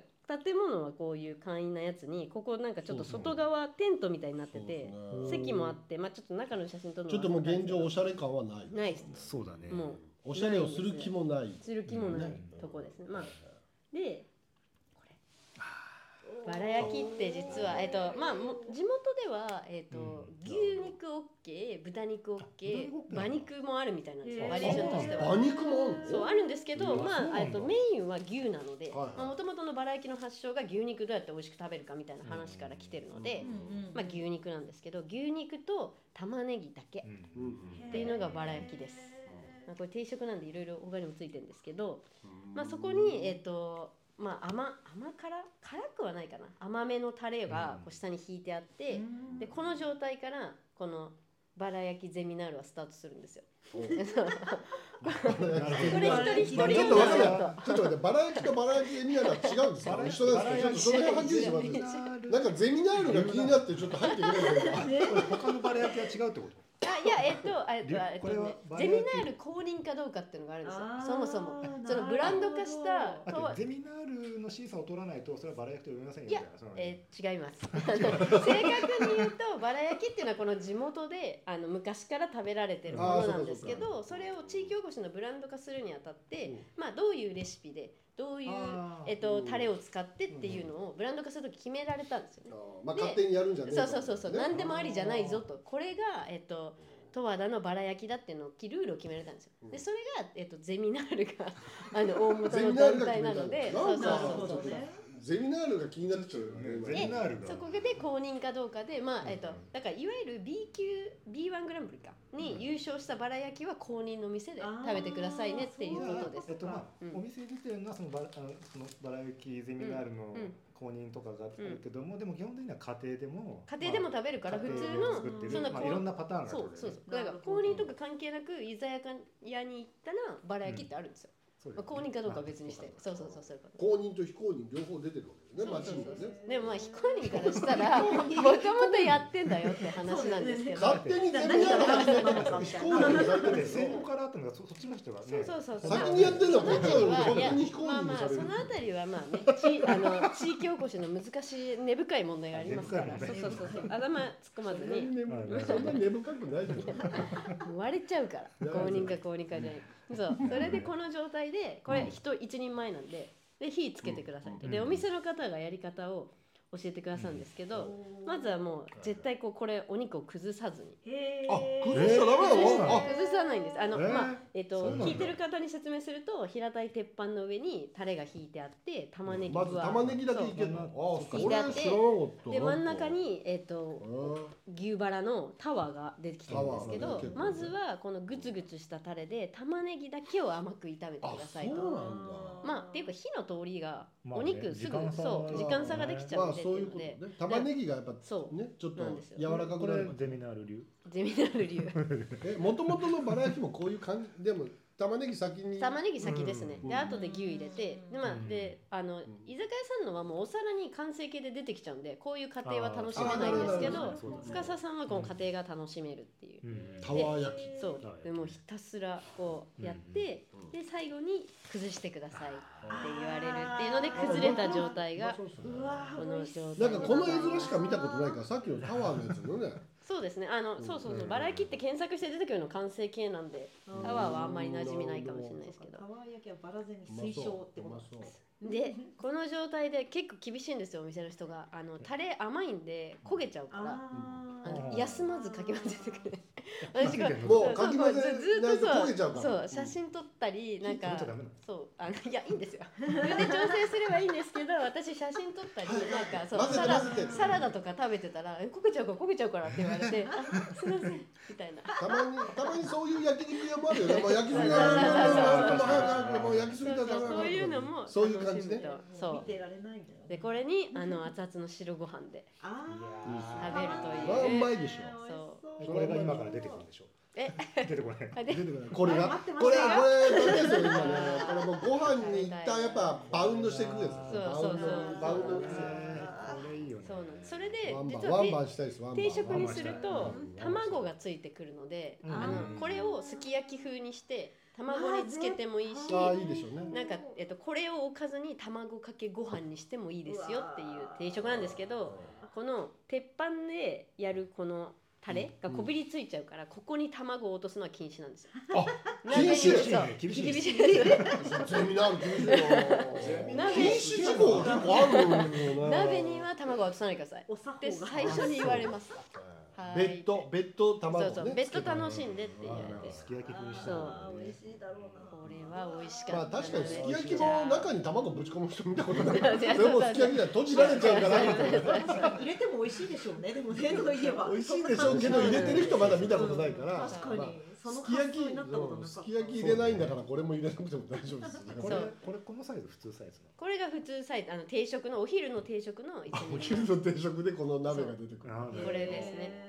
[SPEAKER 1] 建物はこういう簡易なやつにここなんかちょっと外側テントみたいになってて、
[SPEAKER 2] そうですね
[SPEAKER 1] 席もあってまあちょっと中の写真撮るの
[SPEAKER 2] ちょっともう現状お
[SPEAKER 1] し
[SPEAKER 2] しゃれ感はない
[SPEAKER 1] ないです
[SPEAKER 4] そうだね。
[SPEAKER 1] もう
[SPEAKER 2] おしゃれをする気もない
[SPEAKER 1] する気もない
[SPEAKER 4] うん
[SPEAKER 1] とこですね、まあでこれバラ焼きって実は、えっとまあ、も地元では、えっと
[SPEAKER 4] うん
[SPEAKER 1] 牛肉 OK 豚肉 OK
[SPEAKER 4] 豚肉 OK
[SPEAKER 1] 馬肉もあるみたいなんです
[SPEAKER 3] へ
[SPEAKER 1] よ
[SPEAKER 3] ー
[SPEAKER 1] バリエーションとしては
[SPEAKER 2] 馬。肉もある
[SPEAKER 1] そうあるんですけど、
[SPEAKER 4] うんあそう
[SPEAKER 1] ま
[SPEAKER 4] なん
[SPEAKER 1] あ、
[SPEAKER 4] だ
[SPEAKER 1] えっとメインは牛なので
[SPEAKER 2] はいはい
[SPEAKER 1] もともとのバラ焼きの発祥が牛肉どうやって美味しく食べるかみたいな話から来てるので、
[SPEAKER 3] うん
[SPEAKER 1] まあ、牛肉なんですけど牛肉と玉ねぎだけ
[SPEAKER 4] う。
[SPEAKER 2] うんん
[SPEAKER 1] っていうのがバラ焼きです。まあこれ定食なんでいろいろ他にもついてるんですけど、
[SPEAKER 2] うん
[SPEAKER 1] まあ、そこに、えっとまあ、甘甘辛辛くはないかな甘めのタレがこう下に引いてあって、でこの状態からこのバラ焼きゼミナールはスタートするん ですよ。
[SPEAKER 2] お
[SPEAKER 1] これ一人一人用のちょっと。
[SPEAKER 2] こまあ、ちょっとわかんないちょっと待って、バラ焼きとバラ焼きには違うんですか。一緒なんですか。ちょっとその辺はっきりしますね。なんかゼミナールが気になって、ちょっと入ってくれないか。
[SPEAKER 4] これ他のバラ焼きは違うってこと。
[SPEAKER 1] あいやえっとあえっと
[SPEAKER 4] り
[SPEAKER 1] あえっと
[SPEAKER 4] これは
[SPEAKER 1] ね
[SPEAKER 4] バラ
[SPEAKER 1] ゼ
[SPEAKER 4] 焼き
[SPEAKER 1] ミナール公認かどうかっていうのがあるんですよ
[SPEAKER 3] あー
[SPEAKER 1] そもそも
[SPEAKER 3] なるほど
[SPEAKER 1] そのブランド化した
[SPEAKER 4] だ
[SPEAKER 1] とは
[SPEAKER 4] ってゼミナールの審査を取らないとそれはバラ焼きと呼びませんよ
[SPEAKER 1] い
[SPEAKER 4] み
[SPEAKER 1] や
[SPEAKER 4] たいなその。
[SPEAKER 1] えー違います正確に言うとバラ焼きっていうのはこの地元であの昔から食べられてるものなんですけどそれを地域おこしのブランド化するにあたって、まあ、どういうレシピでどういう
[SPEAKER 4] あー
[SPEAKER 1] えっとタレを使ってっていうのをブランド化するとき決められたんですよね。
[SPEAKER 2] まあ、勝手にやるんじゃねえ
[SPEAKER 1] そうそうそうそう、
[SPEAKER 2] ね
[SPEAKER 1] 何でもありじゃないぞとこれがえっと十和田のバラ焼きだっていうのをルールを決められたんですよ、でそれが、えっと、ゼミナールが あの大元
[SPEAKER 2] ゼミ
[SPEAKER 1] の
[SPEAKER 2] ナー
[SPEAKER 1] 団
[SPEAKER 2] ルが気
[SPEAKER 1] 体
[SPEAKER 2] にな
[SPEAKER 1] な
[SPEAKER 2] る
[SPEAKER 1] ので
[SPEAKER 2] な
[SPEAKER 1] そうんそう
[SPEAKER 2] だ
[SPEAKER 1] そうそう
[SPEAKER 3] そうそうね
[SPEAKER 2] ゼミナールが気になっちゃうよね。
[SPEAKER 4] ゼミナールが。
[SPEAKER 1] そこで公認かどうかで、まあえっと
[SPEAKER 4] うん
[SPEAKER 1] だからいわゆる B 級 B1 グランプリかに優勝したバラ焼きは公認の店で食べてくださいねっていうことです
[SPEAKER 4] えっとまあ、
[SPEAKER 1] うん
[SPEAKER 4] お店に出てるのはそのバラあのそのバラエティゼミナールの
[SPEAKER 1] うんうん
[SPEAKER 4] 公認とかがあるけども、でも基本的には家庭でも
[SPEAKER 1] 家庭でも食べるから普通の
[SPEAKER 4] 家庭で作ってる
[SPEAKER 1] そんな
[SPEAKER 4] まあ、
[SPEAKER 1] こう
[SPEAKER 4] いろんなパターンがある
[SPEAKER 1] そうそう
[SPEAKER 4] ね
[SPEAKER 1] そうだから公認とか関係なく居酒屋に行ったらバラ焼きってあるんですよ、
[SPEAKER 4] そうだ
[SPEAKER 1] まあ、
[SPEAKER 4] よ
[SPEAKER 1] 公認かどうかは別にして
[SPEAKER 4] あ
[SPEAKER 1] そうそうそうそういうこと
[SPEAKER 2] 公認と非公認両方出てるわけね、街にはね。
[SPEAKER 1] でもまあ非公認からしたらもともとやってんだよって話なんですけど。
[SPEAKER 2] 勝手にゼミナールが気になって非公認されて
[SPEAKER 4] だ
[SPEAKER 2] る
[SPEAKER 4] っ
[SPEAKER 2] ん
[SPEAKER 4] て
[SPEAKER 2] です
[SPEAKER 4] 戦
[SPEAKER 2] よ
[SPEAKER 4] 後。からあったのがそそっちの人がね
[SPEAKER 1] そうそうそうそう。
[SPEAKER 2] 先にやってるのはこっちなのに
[SPEAKER 1] その辺り
[SPEAKER 2] 勝手に非
[SPEAKER 1] は
[SPEAKER 2] 公
[SPEAKER 1] まあま
[SPEAKER 2] 認に
[SPEAKER 1] あ
[SPEAKER 2] され
[SPEAKER 1] そ
[SPEAKER 2] る。
[SPEAKER 1] のあたりはまあねちあの地域おこしの難しい根深い問題がありますから。
[SPEAKER 4] 根
[SPEAKER 1] そう
[SPEAKER 4] 深い
[SPEAKER 1] そうそうそう。頭突っ込まずに
[SPEAKER 2] そんなに根深くないじ
[SPEAKER 1] 割れちゃうから。公認か公認かじゃない。そう。それでこの状態でこれ人一人前なんでで火つけてくださいと。でお店の方がやり方を教えてくださるんですけど、
[SPEAKER 3] おー
[SPEAKER 1] まずはもう絶対こうこれお肉を崩さずに
[SPEAKER 3] へ
[SPEAKER 2] あ
[SPEAKER 3] ー
[SPEAKER 2] 崩しちゃダメなの
[SPEAKER 4] えー
[SPEAKER 2] あ
[SPEAKER 1] 崩さないんですあの、
[SPEAKER 4] えー
[SPEAKER 1] まあえっ
[SPEAKER 4] そう
[SPEAKER 1] と
[SPEAKER 4] なんだ
[SPEAKER 1] 聞いてる方に説明すると平たい鉄板の上にタレが引いてあって玉ねぎ
[SPEAKER 2] ま
[SPEAKER 1] は
[SPEAKER 2] ず玉ねぎだけいけるのああ
[SPEAKER 1] そう
[SPEAKER 2] それ知らなかった
[SPEAKER 1] で真ん中
[SPEAKER 2] へ
[SPEAKER 1] にえっと
[SPEAKER 2] ー
[SPEAKER 1] 牛バラのタワーが出てきてるんですけ
[SPEAKER 2] タ
[SPEAKER 1] ど
[SPEAKER 2] ワーが出てきてるね
[SPEAKER 1] まずはこのグツグツしたタレで玉ねぎだけを甘く炒めてください
[SPEAKER 2] あそう
[SPEAKER 1] と
[SPEAKER 2] ななんだ
[SPEAKER 1] まあっていうか火の通りが
[SPEAKER 4] まあ
[SPEAKER 1] お
[SPEAKER 4] ね
[SPEAKER 1] 肉すぐ
[SPEAKER 4] 時間差は
[SPEAKER 1] そう時間差ができちゃう
[SPEAKER 2] まあ
[SPEAKER 1] んでって
[SPEAKER 2] そう
[SPEAKER 1] い
[SPEAKER 2] いう
[SPEAKER 1] うの
[SPEAKER 2] ことね
[SPEAKER 1] で
[SPEAKER 2] 玉ねぎがやっぱ
[SPEAKER 1] そ
[SPEAKER 2] ねちょっと
[SPEAKER 1] なんですよ
[SPEAKER 2] 柔らかく
[SPEAKER 4] こ
[SPEAKER 2] な
[SPEAKER 4] れ
[SPEAKER 2] る
[SPEAKER 4] ゼミナール流
[SPEAKER 1] ゼミナール流
[SPEAKER 2] え元々のバラ焼きもこういう感じでも玉ねぎ先に
[SPEAKER 1] 玉ねぎ先ですね
[SPEAKER 2] うん
[SPEAKER 1] で後で牛入れてでま
[SPEAKER 4] う
[SPEAKER 1] あ
[SPEAKER 4] ん
[SPEAKER 1] であの
[SPEAKER 2] ん
[SPEAKER 1] 居酒屋さんのはもうお皿に完成形で出てきちゃうんでこういう過程は楽しめ
[SPEAKER 2] あー
[SPEAKER 1] ないんですけ
[SPEAKER 2] あーな
[SPEAKER 1] ど
[SPEAKER 2] るほど
[SPEAKER 1] 司さんはこの過程が楽しめるっていう
[SPEAKER 4] うん
[SPEAKER 2] タワー焼き
[SPEAKER 1] そ
[SPEAKER 4] はいう
[SPEAKER 1] でもうひたすらこうやって
[SPEAKER 2] うんうん
[SPEAKER 1] で最後に崩してくださいって言われるっていうので崩れた状態が
[SPEAKER 3] うわ
[SPEAKER 1] この状
[SPEAKER 2] な
[SPEAKER 1] 態
[SPEAKER 2] んかこの絵面しか見たことないからさっきのタワーのやつのね
[SPEAKER 1] そうですねあの、
[SPEAKER 2] うん
[SPEAKER 1] そうそう
[SPEAKER 4] うん
[SPEAKER 1] そううんバラエティって検索して出てくるの完成形なんで
[SPEAKER 3] うん
[SPEAKER 1] タワーはあんまり馴染みないかもしれないですけど
[SPEAKER 3] タワー焼きはバラゼミ推奨って
[SPEAKER 2] う
[SPEAKER 3] こと
[SPEAKER 2] まそう
[SPEAKER 1] でこの状態で結構厳しいんですよお店の人があのタレ甘いんで焦げちゃうからあの
[SPEAKER 4] ー
[SPEAKER 1] 休まずかき混ぜてくれ
[SPEAKER 4] マ
[SPEAKER 1] 私
[SPEAKER 4] ジ
[SPEAKER 1] が
[SPEAKER 4] で
[SPEAKER 1] そう
[SPEAKER 2] もう
[SPEAKER 1] そう
[SPEAKER 2] かき混ぜ
[SPEAKER 1] ずず
[SPEAKER 2] ない
[SPEAKER 1] っとそ
[SPEAKER 2] と
[SPEAKER 1] う
[SPEAKER 2] 焦げちゃうから
[SPEAKER 1] そう写真撮ったりなん
[SPEAKER 4] 止
[SPEAKER 1] か
[SPEAKER 4] めちゃダメなの
[SPEAKER 1] そうあのいやいいんですよ自分で調整すればいいんですけど私写真撮ったりなんかそう
[SPEAKER 2] 混ぜ
[SPEAKER 1] サ
[SPEAKER 2] て
[SPEAKER 1] ラ
[SPEAKER 2] 混ぜて
[SPEAKER 1] サラダとか食べてたらえ焦げちゃうから焦げちゃうからって言われ てあすいませんみたいな
[SPEAKER 2] たまにたまにそういう焼肉屋もあるよねもう焼きすぎだもう焼きすぎだ
[SPEAKER 1] そういうのも
[SPEAKER 2] そういう感じね
[SPEAKER 1] 楽しむと
[SPEAKER 3] 見
[SPEAKER 1] そ
[SPEAKER 3] てられないんだよ
[SPEAKER 1] うでこれにあの熱々の白ご飯で
[SPEAKER 3] あ
[SPEAKER 4] い
[SPEAKER 3] あ
[SPEAKER 4] い
[SPEAKER 1] 食べるという
[SPEAKER 2] それはうまいでしょ
[SPEAKER 3] ょ
[SPEAKER 4] これが今から出てくるんでしょ
[SPEAKER 1] え
[SPEAKER 4] 出てこない
[SPEAKER 1] あで
[SPEAKER 2] 出てこないこれがこれこれこれですよ今ねこれもうご飯に一旦やっぱバウンドしていくですバウンドバウンドですよ
[SPEAKER 4] これいいよね
[SPEAKER 1] そうなんですそれで
[SPEAKER 2] ワンバ
[SPEAKER 1] 実
[SPEAKER 2] ンワ
[SPEAKER 1] は
[SPEAKER 2] ン
[SPEAKER 1] で
[SPEAKER 2] バンしたいですワンバン
[SPEAKER 1] 定食にすると
[SPEAKER 2] うん
[SPEAKER 1] 卵がついてくるので
[SPEAKER 4] うん
[SPEAKER 1] あ
[SPEAKER 3] う
[SPEAKER 1] の
[SPEAKER 3] ん
[SPEAKER 1] これをすき焼き風にして卵につけてもいいし
[SPEAKER 2] ああいいでしょうね
[SPEAKER 1] なんか、えっと、これをおかずに卵かけご飯にしてもいいですよっていう定食なんですけどこの鉄板でやるこのタレがこびりついちゃうから、ここに卵を落とすのは禁止なんですよ。
[SPEAKER 2] あ
[SPEAKER 1] 鍋に
[SPEAKER 2] 禁止
[SPEAKER 1] そう
[SPEAKER 4] 厳しいね
[SPEAKER 1] 厳しいです
[SPEAKER 2] ゼミナール厳しいよ禁止事項結構あるよね
[SPEAKER 1] 鍋には卵は落とさないでください。
[SPEAKER 3] お作
[SPEAKER 1] で
[SPEAKER 3] 法が
[SPEAKER 1] 最初に言われます。はい
[SPEAKER 2] 別途別途卵
[SPEAKER 1] そ
[SPEAKER 2] ね
[SPEAKER 1] うそう、別途楽しんでって言われ
[SPEAKER 2] あ
[SPEAKER 1] て
[SPEAKER 2] ー。
[SPEAKER 4] すき焼き風にした
[SPEAKER 3] あ
[SPEAKER 4] の
[SPEAKER 3] ー
[SPEAKER 4] ね
[SPEAKER 3] 美味しいだろうな
[SPEAKER 1] これは美味しか
[SPEAKER 2] ま
[SPEAKER 1] っ
[SPEAKER 2] あ
[SPEAKER 1] たな。
[SPEAKER 2] 確かにすき焼きも中に卵ぶち込む人見たことない
[SPEAKER 1] いや
[SPEAKER 2] それもすき焼きじゃ閉じられちゃうから
[SPEAKER 3] 確かに入れても美味しいでしょうねでもねといえば
[SPEAKER 2] 美味しいでしょうけど入れてる人まだ見たことないから
[SPEAKER 3] 確かに
[SPEAKER 2] まあ
[SPEAKER 3] その
[SPEAKER 2] すき焼
[SPEAKER 3] 発
[SPEAKER 2] き
[SPEAKER 3] 想になったこ
[SPEAKER 2] う
[SPEAKER 3] となか
[SPEAKER 2] ん
[SPEAKER 3] った
[SPEAKER 2] すき焼き入れないんだからこれも入れなくても大丈夫ですよ
[SPEAKER 4] こ
[SPEAKER 2] ね
[SPEAKER 4] れ
[SPEAKER 1] そう
[SPEAKER 4] これこのサイズ普通サイズ
[SPEAKER 1] これが普通サイズ、あの定食のお昼の定食の一
[SPEAKER 2] あお
[SPEAKER 1] 人
[SPEAKER 2] 昼
[SPEAKER 1] 前。
[SPEAKER 2] の定食でこの鍋が出てくる
[SPEAKER 4] なの
[SPEAKER 1] これですね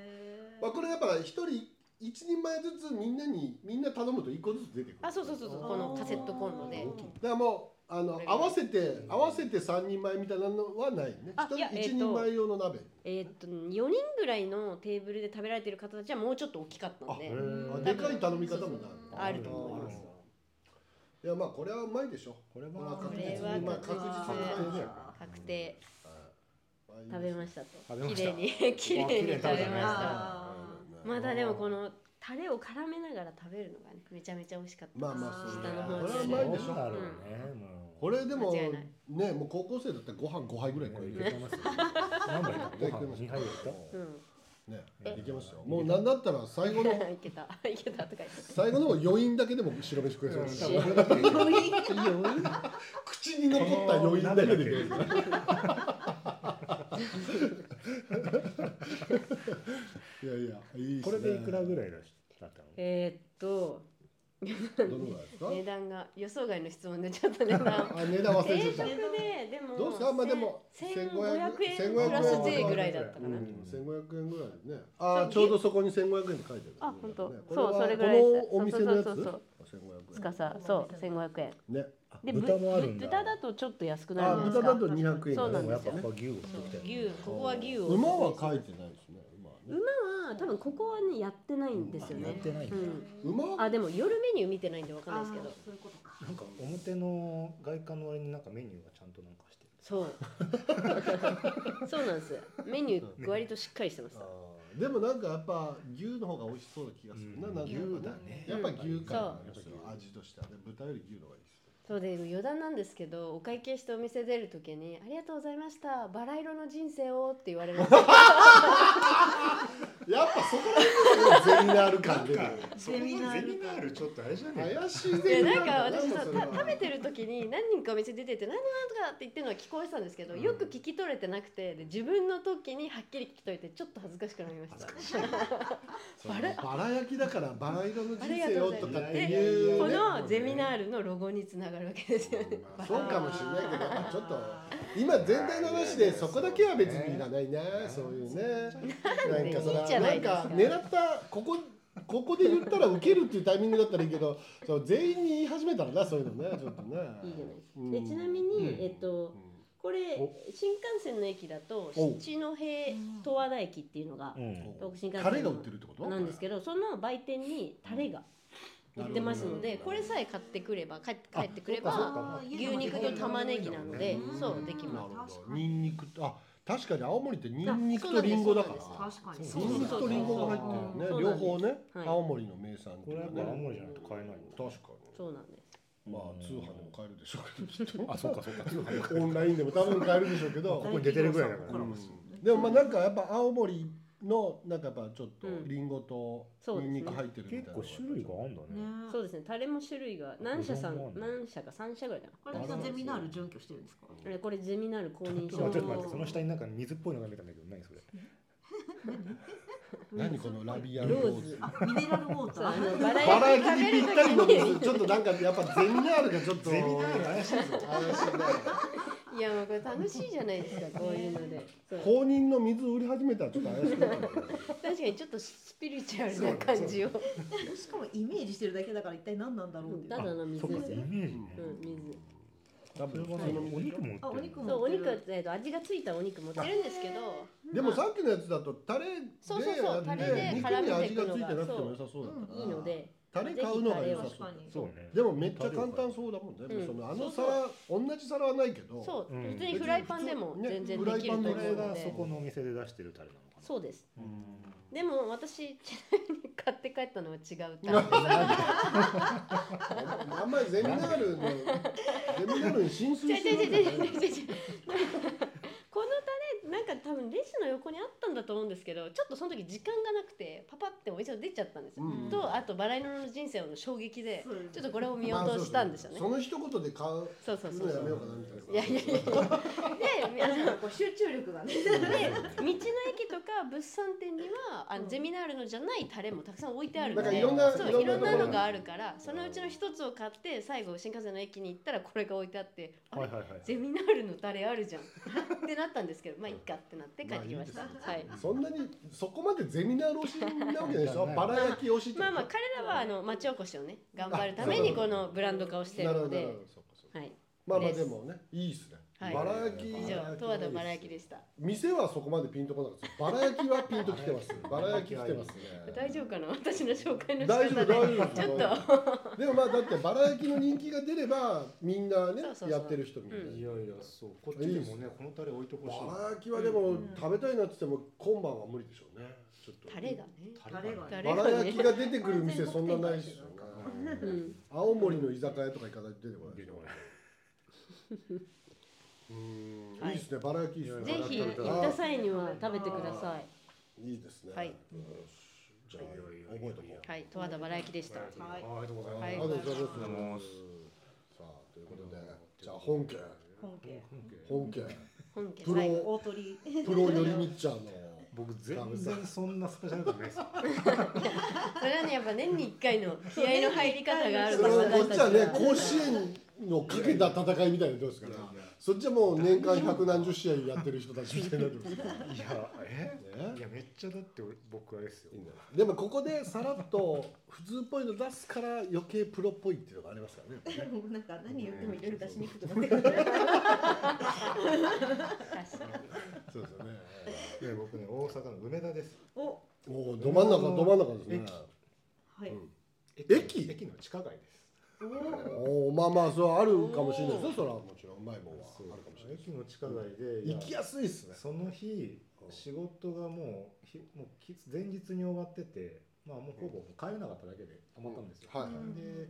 [SPEAKER 2] まあこれやっぱ一人一人前ずつみんなにみんな頼むと一個ずつ出てくる
[SPEAKER 1] あ、そうそうそうそう、このカセットコンロで。
[SPEAKER 2] だからもうあの
[SPEAKER 1] これが
[SPEAKER 2] 合わせて合わせて三人前みたいなのはないね
[SPEAKER 1] あ
[SPEAKER 2] 一
[SPEAKER 1] いや
[SPEAKER 2] 人
[SPEAKER 1] えー
[SPEAKER 2] 一
[SPEAKER 1] と
[SPEAKER 2] 人前用の鍋
[SPEAKER 1] えーっと4人ぐらいのテーブルで食べられてる方たちはもうちょっと大きかったんで
[SPEAKER 4] あへー
[SPEAKER 2] あでかい頼み方も
[SPEAKER 1] あ
[SPEAKER 2] な
[SPEAKER 1] あ
[SPEAKER 2] い
[SPEAKER 1] ると思います
[SPEAKER 2] いやまあこれはうまいでしょ
[SPEAKER 4] これ
[SPEAKER 2] これは
[SPEAKER 4] は
[SPEAKER 2] 確実
[SPEAKER 1] これは
[SPEAKER 2] にまあ確実にうまいでしょ
[SPEAKER 1] 確定
[SPEAKER 2] はい
[SPEAKER 1] 食べましたと
[SPEAKER 4] 食べまし
[SPEAKER 1] 綺
[SPEAKER 4] た
[SPEAKER 1] 麗に綺麗に食べま
[SPEAKER 4] あ綺麗に食べたね
[SPEAKER 1] した
[SPEAKER 3] あ
[SPEAKER 1] まだでもこのタレを絡めながら食べるのがねめちゃめちゃ美味しかった
[SPEAKER 2] まあまあそうね
[SPEAKER 1] 下の方
[SPEAKER 2] これはう
[SPEAKER 1] に
[SPEAKER 2] まいでし
[SPEAKER 4] そう
[SPEAKER 2] ょ
[SPEAKER 4] だろうねもう
[SPEAKER 2] これでも
[SPEAKER 1] 間違いない
[SPEAKER 2] ねもう高校生だったらご飯5杯ぐらいこ
[SPEAKER 4] こ
[SPEAKER 2] れ
[SPEAKER 4] れ
[SPEAKER 2] い
[SPEAKER 4] い
[SPEAKER 2] け
[SPEAKER 4] け
[SPEAKER 2] る
[SPEAKER 4] てますよ何杯だご飯二杯だった
[SPEAKER 1] うん
[SPEAKER 2] ね
[SPEAKER 4] え
[SPEAKER 2] いけますよもうなんだったら最 後の
[SPEAKER 1] いけたいけたとか言って
[SPEAKER 2] 最後の余韻だけでも白飯食えそうです
[SPEAKER 4] 多分これだけでいける
[SPEAKER 2] 口に残った余韻だけでいけるいやいやいいっすね
[SPEAKER 4] これでいくらぐらいだったの
[SPEAKER 1] えーっと
[SPEAKER 2] どのぐらいですか
[SPEAKER 1] 値段が予想外の質問でちょっと値段
[SPEAKER 2] あ値段忘れ
[SPEAKER 1] 定
[SPEAKER 2] て
[SPEAKER 1] 食
[SPEAKER 2] た
[SPEAKER 1] ででも
[SPEAKER 2] どうですかまあでも
[SPEAKER 1] 1500
[SPEAKER 2] 1500
[SPEAKER 1] 円プラス税ぐらいだったかな、
[SPEAKER 4] うん
[SPEAKER 2] 千五百円ぐらいね。ああちょうどそこに千五百円って書いてある。
[SPEAKER 1] あ本当
[SPEAKER 2] ね
[SPEAKER 1] そう
[SPEAKER 2] こは
[SPEAKER 1] それぐらいです
[SPEAKER 2] このお店のやつ。
[SPEAKER 1] そうそうそう
[SPEAKER 2] 千五百
[SPEAKER 1] つかさそう1500円
[SPEAKER 2] 円。ね。
[SPEAKER 1] でぶ
[SPEAKER 4] 豚もあるんだ
[SPEAKER 1] 豚だとちょっと安くな
[SPEAKER 2] あ
[SPEAKER 1] るんです
[SPEAKER 2] 豚
[SPEAKER 1] か
[SPEAKER 2] だと二百円。
[SPEAKER 1] そうな
[SPEAKER 4] で
[SPEAKER 1] ん
[SPEAKER 4] も
[SPEAKER 1] で
[SPEAKER 4] やっ
[SPEAKER 1] す
[SPEAKER 4] ぱ
[SPEAKER 1] よ
[SPEAKER 4] ここは牛を取ってきたよ
[SPEAKER 1] 牛ここは牛を
[SPEAKER 2] 馬は書いてないですね。馬はね。
[SPEAKER 1] 馬は多分ここはねやってないんですよ
[SPEAKER 4] やっ
[SPEAKER 1] ね
[SPEAKER 4] てないん
[SPEAKER 1] う
[SPEAKER 4] だ
[SPEAKER 1] ん
[SPEAKER 2] 馬
[SPEAKER 1] あでも夜メニュー見てないんでわかんないですけど
[SPEAKER 3] そういうことか
[SPEAKER 4] なんか表の外観の割になんかメニューがちゃんとなんかしてる
[SPEAKER 1] そうそうなんですメニュー割としっかりしてました
[SPEAKER 2] あーでもなんかやっぱ牛の方が美味しそうな気がするな。
[SPEAKER 4] うん
[SPEAKER 2] なんかやっぱ
[SPEAKER 1] 牛
[SPEAKER 2] やっぱ牛感があります
[SPEAKER 4] そう
[SPEAKER 2] よ味としてはね。豚より牛の方がいいです。
[SPEAKER 1] そうで余談なんですけどお会計してお店出る時に「ありがとうございましたバラ色の人生を」って言われました
[SPEAKER 2] やっぱそこら辺のゼミナール感出てる
[SPEAKER 4] そのゼミナールちょっとあれじゃねえ
[SPEAKER 2] 怪しい
[SPEAKER 1] で
[SPEAKER 2] ゼミ
[SPEAKER 1] なんか
[SPEAKER 2] ナールだ
[SPEAKER 1] 私さ
[SPEAKER 2] それは
[SPEAKER 1] た食べてる時に何人かお店出てて「何とかなんとか」って言ってるのは聞こえてたんですけど、
[SPEAKER 4] うん
[SPEAKER 1] よく聞き取れてなくてで自分の時にはっきり聞き取れてちょっと恥ずかしくなりました
[SPEAKER 4] 恥ずかしい
[SPEAKER 1] バラ
[SPEAKER 2] バラ焼きだからバラ色の人生を
[SPEAKER 1] ありがと
[SPEAKER 2] とかって
[SPEAKER 1] うございます
[SPEAKER 2] いう
[SPEAKER 1] こ
[SPEAKER 2] ね
[SPEAKER 1] のゼミナールのロゴにつながるわけですよね。
[SPEAKER 4] まあ
[SPEAKER 2] そうかもしれないけどまあちょっと今全体の話でそこだけは別にいらないねそういうね なんかそ
[SPEAKER 1] いいじゃ
[SPEAKER 2] れ
[SPEAKER 1] な
[SPEAKER 2] なん
[SPEAKER 1] いですか
[SPEAKER 2] か狙ったここここで言ったら受けるっていうタイミングだったらいいけどそう全員に言い始めたらなそういうのねちょっとね
[SPEAKER 1] いいじゃないですか。
[SPEAKER 2] うん
[SPEAKER 1] でちなみに、えっとこれ新幹線の駅だと
[SPEAKER 2] お
[SPEAKER 1] 七戸十和田駅っていうのが
[SPEAKER 4] うん
[SPEAKER 1] 東北新幹線の
[SPEAKER 2] タレが売ってるってこと
[SPEAKER 1] なんですけどその売店にタレが売ってますの
[SPEAKER 2] な
[SPEAKER 1] で
[SPEAKER 2] るほど
[SPEAKER 1] これさえ買ってくれば帰って帰ってくれ
[SPEAKER 2] あそう
[SPEAKER 1] ば
[SPEAKER 2] か
[SPEAKER 1] 牛肉と玉ねぎなので
[SPEAKER 2] うん
[SPEAKER 1] そうでき
[SPEAKER 2] なる
[SPEAKER 1] ま
[SPEAKER 2] ほどニンニクとあ確かに青森ってニンニク
[SPEAKER 1] あそう
[SPEAKER 2] と
[SPEAKER 1] なんで
[SPEAKER 2] リ
[SPEAKER 1] す
[SPEAKER 2] ンゴだか
[SPEAKER 1] そう
[SPEAKER 2] ら
[SPEAKER 5] 確かに
[SPEAKER 4] そ
[SPEAKER 2] ニ
[SPEAKER 4] う
[SPEAKER 2] ンニ
[SPEAKER 4] で
[SPEAKER 2] ク
[SPEAKER 4] す
[SPEAKER 2] とリンゴが入ってるよね両方ね
[SPEAKER 1] はい
[SPEAKER 2] 青森の名産って
[SPEAKER 4] こ
[SPEAKER 2] い
[SPEAKER 4] れ
[SPEAKER 2] う
[SPEAKER 4] やっ
[SPEAKER 2] か
[SPEAKER 4] ぱ青
[SPEAKER 2] ね
[SPEAKER 4] 森じゃないと買えないんだ
[SPEAKER 2] 確か
[SPEAKER 1] す
[SPEAKER 2] に
[SPEAKER 1] そうなんです
[SPEAKER 2] まあ通販でも買えるでしょうけどきっと
[SPEAKER 4] あそうかそうか
[SPEAKER 2] オンラインでも多分買えるでしょうけど
[SPEAKER 4] ここに出てるぐらいだから
[SPEAKER 2] うんでもまあなんかやっぱ青森のなんかやっぱちょっと
[SPEAKER 1] うん
[SPEAKER 2] リンゴと
[SPEAKER 1] そうで
[SPEAKER 2] ニ
[SPEAKER 1] す
[SPEAKER 2] ン
[SPEAKER 1] ね
[SPEAKER 2] ニク入ってるみ
[SPEAKER 4] 結
[SPEAKER 2] たいなの
[SPEAKER 4] 構種類があるんだね
[SPEAKER 1] そうですねタレも種類が何社さん
[SPEAKER 4] うどんもある
[SPEAKER 1] 何社か三社ぐらいか
[SPEAKER 5] これみんなゼミナール準拠してるんですか
[SPEAKER 1] なでこれゼミナール公認
[SPEAKER 4] ち
[SPEAKER 1] 証
[SPEAKER 4] ょっと
[SPEAKER 1] の
[SPEAKER 4] 待ってその下になんか水っぽいのが出たんだけど何それ
[SPEAKER 2] 何このラビアン
[SPEAKER 1] ロ
[SPEAKER 2] ロ
[SPEAKER 1] ー
[SPEAKER 2] ー
[SPEAKER 1] ズ
[SPEAKER 2] ズ
[SPEAKER 5] あミネラルウォータ
[SPEAKER 1] そうあ
[SPEAKER 5] ー
[SPEAKER 1] のバラ
[SPEAKER 2] バラ
[SPEAKER 1] エ
[SPEAKER 2] エ
[SPEAKER 1] テ
[SPEAKER 2] テ
[SPEAKER 1] ィ
[SPEAKER 2] ィにぴったり
[SPEAKER 1] 食
[SPEAKER 2] の
[SPEAKER 1] べる時
[SPEAKER 2] 水ちょっとなんかやっぱゼミナールがちょっと
[SPEAKER 4] ゼミナール怪しいぞ
[SPEAKER 2] 怪しいね
[SPEAKER 1] にいやもうこれ楽しいじゃないですかこういうのでそう
[SPEAKER 2] 公認の水売り始めたらちょっと怪しくなる
[SPEAKER 1] 確かにちょっとスピリチュアルな感じを
[SPEAKER 3] しかもイメージしてるだけだから一体何なんだろうっていう
[SPEAKER 1] ただの
[SPEAKER 4] そ
[SPEAKER 1] 水
[SPEAKER 4] うか
[SPEAKER 1] です
[SPEAKER 4] イ
[SPEAKER 1] よ
[SPEAKER 4] メージね
[SPEAKER 1] うん水
[SPEAKER 2] 多
[SPEAKER 4] それ
[SPEAKER 2] 分
[SPEAKER 4] は
[SPEAKER 2] 普
[SPEAKER 4] ね
[SPEAKER 2] 通の
[SPEAKER 4] お
[SPEAKER 2] 水
[SPEAKER 4] 肉も売ってる
[SPEAKER 3] あお肉も
[SPEAKER 1] そうお肉、えー、と味がついたお肉持ってるんですけど
[SPEAKER 2] でもさっきのやつだとタレ
[SPEAKER 1] そうそうそうタ
[SPEAKER 2] で
[SPEAKER 1] レで
[SPEAKER 2] 肉
[SPEAKER 1] 絡
[SPEAKER 2] に
[SPEAKER 1] めて
[SPEAKER 2] 味
[SPEAKER 1] い
[SPEAKER 2] が
[SPEAKER 1] く
[SPEAKER 2] つ
[SPEAKER 1] の
[SPEAKER 2] い
[SPEAKER 1] が
[SPEAKER 2] てなくても良さそうだったから
[SPEAKER 1] いいので
[SPEAKER 2] タレ買うのが良さ
[SPEAKER 5] 確
[SPEAKER 2] そう
[SPEAKER 5] かに
[SPEAKER 4] そうね
[SPEAKER 2] でもめっちゃ簡単そうだもんね、
[SPEAKER 1] うん
[SPEAKER 2] そのあの皿同じ皿はないけど
[SPEAKER 1] そう、
[SPEAKER 4] うん
[SPEAKER 1] 普通にフライパンでも
[SPEAKER 2] 別に
[SPEAKER 1] 全
[SPEAKER 2] 普通
[SPEAKER 1] 然
[SPEAKER 2] ね
[SPEAKER 1] できると思うの
[SPEAKER 2] フライパ
[SPEAKER 4] これ
[SPEAKER 2] ン
[SPEAKER 4] が
[SPEAKER 1] で
[SPEAKER 4] そこのお店で出してるタレなのかな
[SPEAKER 1] そうです
[SPEAKER 4] う
[SPEAKER 1] でも私ちなみに買って帰ったのは違うタレ
[SPEAKER 2] あんまりゼミナールのゼミナールに浸水
[SPEAKER 1] 違う
[SPEAKER 2] して
[SPEAKER 1] 違う
[SPEAKER 2] るん
[SPEAKER 1] 違う違
[SPEAKER 2] じゃ
[SPEAKER 1] う
[SPEAKER 2] ない
[SPEAKER 1] 違う違うこのタレなんか多分レジの横にあったんだと思うんですけどちょっとその時時間がなくてパパってお店を出ちゃったんですよ、
[SPEAKER 2] うん
[SPEAKER 1] とあとバラ色の人生の衝撃で
[SPEAKER 3] そうです
[SPEAKER 1] ちょっとこれを見落としたんですよね、
[SPEAKER 2] まあそうそうその一言で買う
[SPEAKER 1] そうそうそ
[SPEAKER 2] の
[SPEAKER 1] う
[SPEAKER 2] や
[SPEAKER 1] そう
[SPEAKER 2] めようかなみたいない
[SPEAKER 1] やいやいやいやであの
[SPEAKER 3] こう集中力がね
[SPEAKER 1] で道の駅とか物産展にはあの、
[SPEAKER 3] うん
[SPEAKER 1] ゼミナールのじゃないタレもたくさん置いてある
[SPEAKER 2] な
[SPEAKER 1] の
[SPEAKER 2] んかい
[SPEAKER 1] で
[SPEAKER 2] ろんな
[SPEAKER 1] そういろんな
[SPEAKER 2] とこ
[SPEAKER 1] のがあるからそのうちの一つを買って最後新幹線の駅に行ったらこれが置いてあってあれ、
[SPEAKER 4] はいはいはい
[SPEAKER 1] ゼミナールのタレあるじゃん ってなったんですけどまあいいかってなって帰ってきました、
[SPEAKER 2] まあいいです
[SPEAKER 1] はい
[SPEAKER 2] そんなにそこまでゼミナール推しなわけでしょバラ焼き推しって
[SPEAKER 1] まあまあ彼らはあの町おこしをね頑張るため
[SPEAKER 2] あそ
[SPEAKER 1] に
[SPEAKER 2] うだ
[SPEAKER 1] このブランド化をして
[SPEAKER 2] な
[SPEAKER 1] る
[SPEAKER 2] るほ
[SPEAKER 1] の
[SPEAKER 2] どなるほ
[SPEAKER 1] で
[SPEAKER 2] どそうかそうか
[SPEAKER 1] はい
[SPEAKER 2] まあまあでもねいいですね、
[SPEAKER 1] はい
[SPEAKER 2] バラ焼き
[SPEAKER 1] 以上十和田バラ焼きでした
[SPEAKER 2] 店はそこまでピンとこなかったですバラ焼きはピンときてますバラ焼き来てますね
[SPEAKER 1] 大丈夫かな私の紹介の仕
[SPEAKER 2] 大丈
[SPEAKER 1] 方
[SPEAKER 2] 夫
[SPEAKER 1] で
[SPEAKER 2] 大丈夫
[SPEAKER 1] ちょっと
[SPEAKER 2] でもまあだってバラ焼きの人気が出ればみんな
[SPEAKER 1] そ
[SPEAKER 2] ね
[SPEAKER 1] うそうそう
[SPEAKER 2] やってる人みたいな、
[SPEAKER 1] うん
[SPEAKER 4] いやいやそうこっちにもねこのタレ置いてほしい
[SPEAKER 2] バラ焼きはでも、
[SPEAKER 3] うん
[SPEAKER 2] 食べたいなって言っても今晩は無理でしょうねちょっと
[SPEAKER 1] タレがね
[SPEAKER 4] タレが
[SPEAKER 1] タレ
[SPEAKER 2] バ
[SPEAKER 1] が
[SPEAKER 2] ラ
[SPEAKER 1] ね
[SPEAKER 2] 焼きが出てくる店そんなないですよね
[SPEAKER 1] うん
[SPEAKER 2] 青森の居酒屋とか行かないと出てこない
[SPEAKER 4] 出
[SPEAKER 2] でしてょ
[SPEAKER 4] こないう
[SPEAKER 2] ーん、
[SPEAKER 1] はい
[SPEAKER 2] い、いですねバラ焼きいいですね
[SPEAKER 1] ぜひ行った際には食べてください。
[SPEAKER 2] いいですね
[SPEAKER 1] はい
[SPEAKER 2] よしじゃあ覚えとこう
[SPEAKER 1] はい、十和田バラ焼きでした。
[SPEAKER 3] はい
[SPEAKER 4] ありがとうござい
[SPEAKER 1] は
[SPEAKER 4] ま
[SPEAKER 1] い
[SPEAKER 4] す
[SPEAKER 2] ありがとうござい
[SPEAKER 4] ありがとうござい
[SPEAKER 2] ま
[SPEAKER 4] ますす
[SPEAKER 2] さあということでじゃあ本家
[SPEAKER 3] 本家
[SPEAKER 2] 本家
[SPEAKER 1] 本家
[SPEAKER 2] プ
[SPEAKER 1] 最後。
[SPEAKER 2] ロ
[SPEAKER 3] 大鳥
[SPEAKER 2] プロよりみっちゃ んの
[SPEAKER 4] 僕全然そんなスペシャルじゃないですよ
[SPEAKER 1] それはね、やっぱ年に一回の気合の入り方がある
[SPEAKER 2] そ
[SPEAKER 1] か
[SPEAKER 2] れ
[SPEAKER 1] ら、
[SPEAKER 2] はこ
[SPEAKER 1] 私
[SPEAKER 2] っ
[SPEAKER 1] た
[SPEAKER 2] ち
[SPEAKER 1] ち
[SPEAKER 2] はね
[SPEAKER 1] は。
[SPEAKER 2] 甲子園のかけた戦いみたいなのどうですからそっちはもう年間百何十試合やってる人たちみたいになってますから
[SPEAKER 4] いやえ
[SPEAKER 2] ね
[SPEAKER 4] いやめっちゃだって俺僕あれですよ
[SPEAKER 2] いいんだよでもここでさらっと普通っぽいの出すから余計プロっぽいっていうのがありますからねやっぱね。
[SPEAKER 3] なんか何言ってもいろいろ出しにくくなってくる
[SPEAKER 2] そうですよね。
[SPEAKER 4] いや僕ね大阪の梅田です
[SPEAKER 3] おは
[SPEAKER 2] おおど真ん中ど真ん中ですね。
[SPEAKER 3] い
[SPEAKER 2] 駅
[SPEAKER 4] 駅の地下街です
[SPEAKER 2] おおまあまあそれはあるかもしれないですよ。それはもちろんうまいもんは
[SPEAKER 4] そう
[SPEAKER 2] あるかもしれない。
[SPEAKER 4] 駅の地下街でいや
[SPEAKER 2] 行きやすいですね。
[SPEAKER 4] その日仕事がもうひもうき前日に終わっててまあもうほぼ帰れなかっただけでたまったんですよ、
[SPEAKER 2] はいはい
[SPEAKER 4] で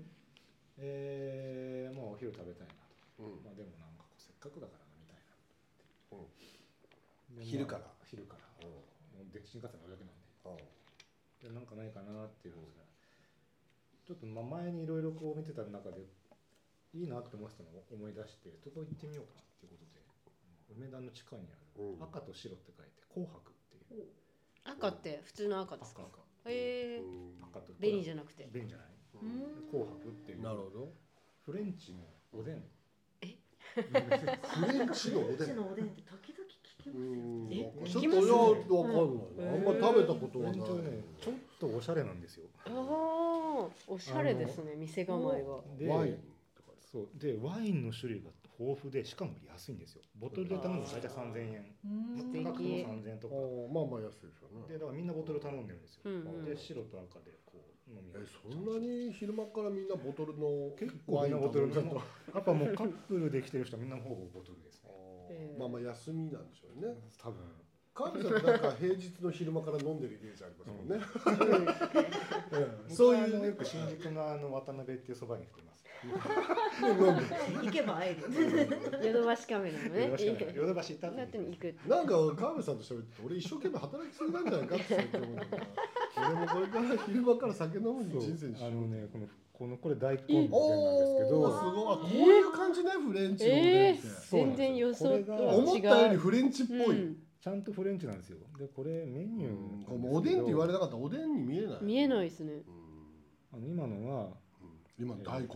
[SPEAKER 4] えー、もうお昼食べたいなと、
[SPEAKER 2] うん
[SPEAKER 4] まあ、でもなんかこうせっかくだからなみたいな、で
[SPEAKER 2] 昼から
[SPEAKER 4] まあ昼から
[SPEAKER 2] うん
[SPEAKER 4] もうで新幹線乗るだけなんで
[SPEAKER 2] うん
[SPEAKER 4] でなんかないかなっていうのがちょっとまあ前にいろいろこう見てた中でいいなって思ってたのを思い出してちょっと行ってみようかなっていうことで梅田の地下にある
[SPEAKER 2] うん
[SPEAKER 4] 赤と白って書いて紅白っていう
[SPEAKER 1] 赤って普通の赤です
[SPEAKER 4] 赤
[SPEAKER 1] か
[SPEAKER 4] 赤
[SPEAKER 1] へえ
[SPEAKER 4] 赤と
[SPEAKER 1] 紅じゃ
[SPEAKER 4] ゃ
[SPEAKER 1] なくて
[SPEAKER 4] 紅じゃない
[SPEAKER 2] うん
[SPEAKER 4] 紅白っていう
[SPEAKER 2] ど
[SPEAKER 4] フレンチのおでん
[SPEAKER 2] フレンチのおでん
[SPEAKER 3] のおでんって時々聞き
[SPEAKER 2] う
[SPEAKER 3] ますよ
[SPEAKER 2] ん
[SPEAKER 1] え
[SPEAKER 2] なんかちょっとよくわかんな
[SPEAKER 1] う
[SPEAKER 2] いな、
[SPEAKER 1] ん
[SPEAKER 2] あんま食べたこと
[SPEAKER 4] フ
[SPEAKER 2] は
[SPEAKER 4] レ
[SPEAKER 2] ない
[SPEAKER 4] ンチのねちょっとおしゃれなんですよ
[SPEAKER 1] ああおしゃれですね店構えが
[SPEAKER 4] で
[SPEAKER 2] ワイン
[SPEAKER 4] そうでワインの種類が豊富でしかも安いんですよボトルで頼むと大体3000円
[SPEAKER 1] 素
[SPEAKER 4] 価
[SPEAKER 1] 敵
[SPEAKER 4] 格も3000円と
[SPEAKER 2] あ
[SPEAKER 4] か
[SPEAKER 2] ーまあまあ安いですよ
[SPEAKER 4] で
[SPEAKER 2] ね
[SPEAKER 4] だからみんなボトル頼んでるんですよ、
[SPEAKER 1] うんうん
[SPEAKER 4] で白と赤でこう飲み合
[SPEAKER 2] え
[SPEAKER 4] う
[SPEAKER 2] そんなに昼間からみんなボトルの
[SPEAKER 4] 結構みんなボトル
[SPEAKER 2] ワイン頼ん
[SPEAKER 4] の
[SPEAKER 2] でた
[SPEAKER 4] やっぱもうカップルで来てる人はみんなほぼボトルですね
[SPEAKER 1] えー
[SPEAKER 2] まあまあ休みなんでしょうね
[SPEAKER 4] 多分
[SPEAKER 2] カールさんなんか平日の昼間から飲んでるイメージありますもんね、 うん
[SPEAKER 4] そ
[SPEAKER 2] そうう
[SPEAKER 4] い
[SPEAKER 2] いうう
[SPEAKER 4] よく新宿のあの渡辺っていうそばに来てます
[SPEAKER 3] 行けば会える。
[SPEAKER 1] ヨドバシカメラのね
[SPEAKER 4] ヨドバシからヨドバシ行った
[SPEAKER 1] だって
[SPEAKER 4] 後に
[SPEAKER 1] 行くって
[SPEAKER 2] なんかカールさんと喋ってて俺一生懸命働きすぎなんじゃないかって最近思うんだから俺もこれから昼間から酒飲む
[SPEAKER 4] そう
[SPEAKER 2] の人生にしよ
[SPEAKER 4] あ
[SPEAKER 2] う
[SPEAKER 4] のねこのこのこれ大根の
[SPEAKER 2] お
[SPEAKER 4] おでん
[SPEAKER 2] ー
[SPEAKER 4] なんです
[SPEAKER 2] ごいあこういう感じね、フレンチのおでんって、
[SPEAKER 4] そうなん
[SPEAKER 1] 全然
[SPEAKER 4] ですよ
[SPEAKER 1] 予想とは違う
[SPEAKER 2] 思ったよりフレンチっぽい、
[SPEAKER 1] うん
[SPEAKER 4] けどちゃんとフレンチなんですよでこれメニューなんです
[SPEAKER 2] こ
[SPEAKER 4] け
[SPEAKER 2] れ
[SPEAKER 4] ど
[SPEAKER 2] もうおでんって言われなかったらおでんに見えない
[SPEAKER 1] 見えないですね
[SPEAKER 2] うん
[SPEAKER 4] あの今のは
[SPEAKER 2] うん今大根、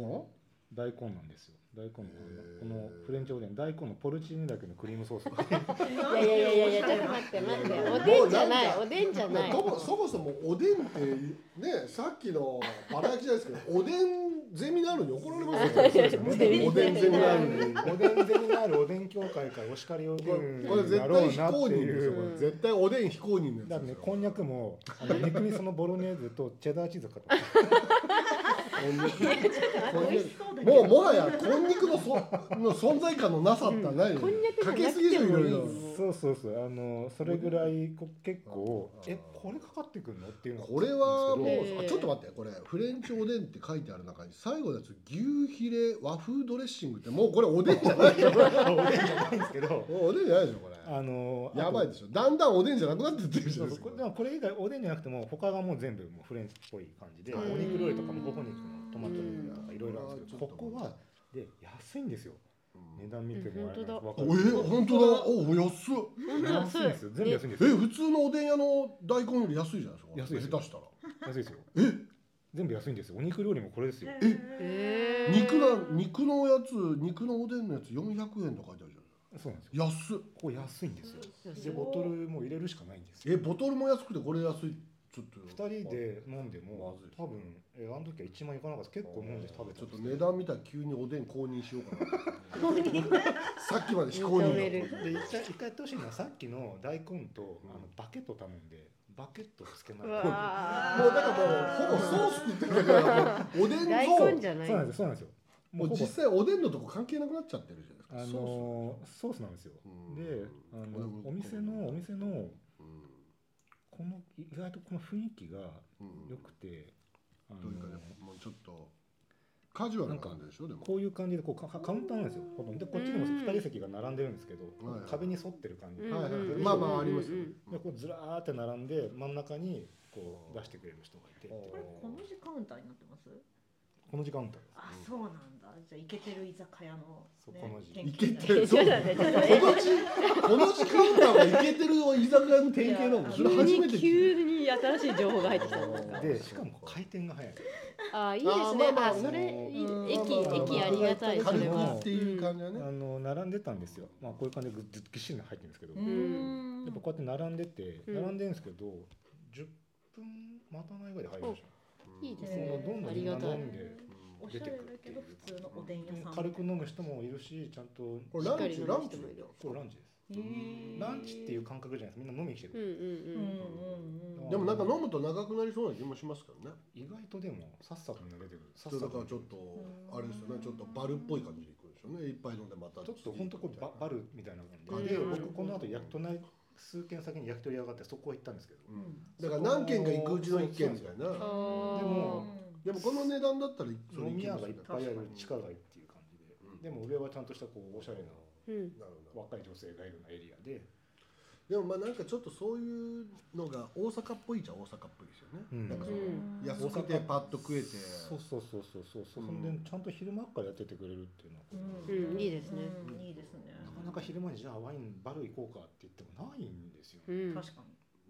[SPEAKER 4] 大根なんですよ大根の
[SPEAKER 2] へー
[SPEAKER 4] このこのフレンチおでん大根のポルチーニだけのクリームソー ス
[SPEAKER 1] いやいやいやいやちょっと待って待っておでんじゃないおでんじゃない
[SPEAKER 2] まあともそもそもおでんってねさっきのバラ焼きじゃないですけどおでんゼミナールに怒られます よ、
[SPEAKER 1] そうですね
[SPEAKER 2] おでんゼミナールに。
[SPEAKER 4] おでんゼミナールおでん協会からお叱りを受
[SPEAKER 2] こ
[SPEAKER 4] け
[SPEAKER 2] れ
[SPEAKER 4] る
[SPEAKER 2] これ絶
[SPEAKER 4] だろ
[SPEAKER 2] 対
[SPEAKER 4] う
[SPEAKER 2] 非
[SPEAKER 4] な
[SPEAKER 2] 公認
[SPEAKER 4] って
[SPEAKER 2] です
[SPEAKER 4] い
[SPEAKER 2] よ、
[SPEAKER 4] う。
[SPEAKER 2] こ
[SPEAKER 1] うん
[SPEAKER 2] れ絶対おでん非公認のやつ
[SPEAKER 4] だって
[SPEAKER 2] で
[SPEAKER 4] ね
[SPEAKER 2] すよ
[SPEAKER 4] こんにゃくもあの肉味噌のボロネーゼとチェダーチーズかと。
[SPEAKER 2] こんにゃくこんに
[SPEAKER 3] 美
[SPEAKER 2] ゃ
[SPEAKER 3] 味しそうだ
[SPEAKER 2] く
[SPEAKER 3] け
[SPEAKER 2] も
[SPEAKER 3] ど。
[SPEAKER 2] うもはやこんにゃくのその存在感のなさったらないよ、
[SPEAKER 1] こんにゃくじゃ
[SPEAKER 2] か
[SPEAKER 1] な
[SPEAKER 2] け
[SPEAKER 1] く
[SPEAKER 2] すぎ
[SPEAKER 1] て
[SPEAKER 2] でしょい
[SPEAKER 1] も
[SPEAKER 2] ろ
[SPEAKER 1] い
[SPEAKER 2] い
[SPEAKER 1] い
[SPEAKER 2] ろ
[SPEAKER 4] そうそうそうあのそれぐらいこ結構
[SPEAKER 2] あー
[SPEAKER 4] えこれかかってくるのっていうのが
[SPEAKER 2] これはもう、
[SPEAKER 1] ええ
[SPEAKER 2] あちょっと待ってこれフレンチおでんって書いてある中に最後のやつ牛ヒレ和風ドレッシングってもうこれおでんじゃないでしょ
[SPEAKER 4] おでんじゃないんですけど
[SPEAKER 2] もう おでんじゃないでしょこれ
[SPEAKER 4] あの
[SPEAKER 2] やばい
[SPEAKER 4] あ
[SPEAKER 2] でしょだんだんおでんじゃなくなってってる
[SPEAKER 4] と
[SPEAKER 2] じゃない
[SPEAKER 4] そうそ
[SPEAKER 2] で
[SPEAKER 4] う
[SPEAKER 2] す
[SPEAKER 4] こ
[SPEAKER 2] か
[SPEAKER 4] れでもこれ以外おでんじゃなくても他がもう全部もうフレンチっぽい感じでお
[SPEAKER 2] うん
[SPEAKER 4] 肉料理とかもほほ肉のトマト料理とかいろいろあるんですけど
[SPEAKER 2] うん
[SPEAKER 4] ここはで安いんですよ値段見てもあれなんです
[SPEAKER 2] え
[SPEAKER 4] けどわかる
[SPEAKER 2] 本当だお安っ
[SPEAKER 1] 本当だ
[SPEAKER 4] 安
[SPEAKER 1] そ
[SPEAKER 4] いん
[SPEAKER 1] う
[SPEAKER 4] ですよ全部安いん
[SPEAKER 2] え
[SPEAKER 4] ですよ
[SPEAKER 2] 普通のおでん屋の大根より安いじゃないですか
[SPEAKER 4] 安いです
[SPEAKER 2] 下手したら
[SPEAKER 4] 安いですよ全部安いんですよお肉料理もこれですよ
[SPEAKER 1] えー
[SPEAKER 2] 肉な肉のやつ肉のおでんのやつ400円と書いてあるじ
[SPEAKER 4] そうなんですよ
[SPEAKER 2] ゃない安っ
[SPEAKER 4] ここ安いんですよ
[SPEAKER 1] 安い
[SPEAKER 4] でボトルもう入れるしかないんですよ
[SPEAKER 2] えボトルも安くてこれ安いちょっと
[SPEAKER 4] 2人で飲んでも
[SPEAKER 2] まずいです
[SPEAKER 4] 多分えあの時は1万いかなかった結構飲んで食べた
[SPEAKER 2] ちょっ
[SPEAKER 4] んで
[SPEAKER 2] と
[SPEAKER 4] すけ
[SPEAKER 2] 値
[SPEAKER 4] ど
[SPEAKER 2] 段見たら急におでん購認しようかなさっきまで非公
[SPEAKER 1] 認める
[SPEAKER 2] 認だ
[SPEAKER 4] で一回一回やってほしいのはさっきの大根とあのバケット頼んでバケットつけないうら
[SPEAKER 1] わ
[SPEAKER 2] もうだからもうほぼソース食ってるからもうおでん
[SPEAKER 1] 大
[SPEAKER 2] ゾー
[SPEAKER 1] 根
[SPEAKER 2] ン
[SPEAKER 1] じゃない
[SPEAKER 4] そうなんですよそうなんですよ
[SPEAKER 2] もう
[SPEAKER 4] もうほぼ
[SPEAKER 2] 実際おでんのとこ関係なくなっちゃってるじゃ
[SPEAKER 4] あ
[SPEAKER 2] ないですか
[SPEAKER 4] のソースなんですよ
[SPEAKER 2] うん
[SPEAKER 4] であ
[SPEAKER 2] 俺
[SPEAKER 4] の
[SPEAKER 2] も
[SPEAKER 4] お店のお店の
[SPEAKER 2] ソース
[SPEAKER 4] この意外とこの雰囲気が
[SPEAKER 2] うん
[SPEAKER 4] 良くてあ
[SPEAKER 2] というかね
[SPEAKER 4] の
[SPEAKER 2] もうちょっとカジュアルな感じでしょでも
[SPEAKER 4] こういう感じでこうカカカウンターなんですよ。ほとんどでこっちにも
[SPEAKER 1] うん
[SPEAKER 4] 2人席が並んでるんですけど
[SPEAKER 2] はいはい、
[SPEAKER 4] 壁に沿ってる感じで、
[SPEAKER 1] うん
[SPEAKER 2] はいはいはい
[SPEAKER 1] うん
[SPEAKER 2] まあまあありますよ
[SPEAKER 1] うん
[SPEAKER 4] でこうずらーって並んで真ん中にこう出してくれる人がいてっていう
[SPEAKER 3] これこの時カウンターになってます。
[SPEAKER 4] この時間帯
[SPEAKER 3] あ、そうなんだ。じゃあイケてる居酒屋の
[SPEAKER 4] そう
[SPEAKER 3] ね
[SPEAKER 4] この時
[SPEAKER 3] 典
[SPEAKER 2] い
[SPEAKER 3] 型
[SPEAKER 2] け
[SPEAKER 3] 的な
[SPEAKER 2] てるそうこ
[SPEAKER 1] ねちょっとね
[SPEAKER 2] の時この時カウンターがいけてる居酒屋の典型なのそれ
[SPEAKER 1] 急
[SPEAKER 2] 初めて
[SPEAKER 1] に
[SPEAKER 2] 聞い
[SPEAKER 1] 急に新しい情報が入ってきたんです
[SPEAKER 2] あ
[SPEAKER 1] か
[SPEAKER 2] ー
[SPEAKER 4] でしかも回転が早い。
[SPEAKER 1] あーいいですね
[SPEAKER 2] あーまあまあ
[SPEAKER 1] あそれいい
[SPEAKER 4] うん
[SPEAKER 1] 駅
[SPEAKER 4] まあまあまあ
[SPEAKER 1] 駅ありがたい
[SPEAKER 2] た
[SPEAKER 1] そ
[SPEAKER 2] 軽
[SPEAKER 1] れ
[SPEAKER 2] く
[SPEAKER 1] は
[SPEAKER 2] っていう感じだね
[SPEAKER 4] あの並んでたんですよ。まあこういう感じでぐずぎっしり入ってるんですけど、
[SPEAKER 3] う
[SPEAKER 4] や
[SPEAKER 3] ん
[SPEAKER 4] っぱこうやって並んでて
[SPEAKER 1] うん
[SPEAKER 4] 並んでるんですけど、10分待たないぐらいで入りましたね。
[SPEAKER 1] いいです
[SPEAKER 3] へ
[SPEAKER 1] ね
[SPEAKER 3] ー
[SPEAKER 4] どんどんみんな飲んで
[SPEAKER 3] おし
[SPEAKER 4] 出
[SPEAKER 3] ゃ
[SPEAKER 4] て
[SPEAKER 3] れだ
[SPEAKER 4] くるっ
[SPEAKER 3] け
[SPEAKER 4] ていう
[SPEAKER 3] ど普通のおでん屋さん。
[SPEAKER 4] 軽く飲む人もいるし、ちゃんと
[SPEAKER 2] これランチ
[SPEAKER 1] 光
[SPEAKER 2] ラ
[SPEAKER 1] の
[SPEAKER 2] ン
[SPEAKER 1] 人
[SPEAKER 2] チ
[SPEAKER 1] もいる
[SPEAKER 4] これランチです。
[SPEAKER 3] へー
[SPEAKER 4] ランチっていう。感覚じゃないですみんな飲みに来て
[SPEAKER 1] うん
[SPEAKER 4] る、
[SPEAKER 1] うん
[SPEAKER 3] う
[SPEAKER 1] うん
[SPEAKER 3] んうんうん。
[SPEAKER 2] でもなんか飲むと長くなりそうな気もしますけどね
[SPEAKER 4] 意外とでもさっさとみんな出てくるさっ
[SPEAKER 2] そ
[SPEAKER 4] さ
[SPEAKER 2] う
[SPEAKER 4] と
[SPEAKER 2] だからちょっとあれですよねちょっとバルっぽい感じでいくんでしょうね一杯飲んでまた
[SPEAKER 4] ちょっと本当こうババルみたいな感じで、
[SPEAKER 1] うん
[SPEAKER 4] 僕この後焼き鳥数軒先に焼き鳥屋があってそこへ行ったんですけど、
[SPEAKER 2] うんだから何軒か行くうちの一軒みたいな
[SPEAKER 1] あー
[SPEAKER 2] で
[SPEAKER 3] うん
[SPEAKER 4] でも
[SPEAKER 2] もこの値段だったらそれ
[SPEAKER 4] 飲み屋
[SPEAKER 2] 行
[SPEAKER 4] がい
[SPEAKER 2] き
[SPEAKER 4] っ
[SPEAKER 2] ます
[SPEAKER 4] ぱいある
[SPEAKER 2] ね
[SPEAKER 4] 地下街っていう感じ
[SPEAKER 2] う
[SPEAKER 4] で、
[SPEAKER 2] ん
[SPEAKER 4] でも上はちゃんとしたこうおしゃれな
[SPEAKER 1] うん
[SPEAKER 2] なるほど
[SPEAKER 4] 若い女性がいるようなエリアで、
[SPEAKER 2] でもまあなんかちょっとそういうのが大阪っぽいじゃ大阪っぽいですよね、
[SPEAKER 4] うん
[SPEAKER 2] なんかその
[SPEAKER 1] うん
[SPEAKER 2] 安くてパッと食えて
[SPEAKER 4] そうそうそうそうそうそん
[SPEAKER 2] うん
[SPEAKER 4] でちゃんと昼間からやっててくれるっていうのは、
[SPEAKER 1] うんいいですね
[SPEAKER 3] うんいいですね。
[SPEAKER 4] なかなか昼間にじゃあワインバル行こうかって言ってもないんですよ、
[SPEAKER 1] うん
[SPEAKER 3] 確か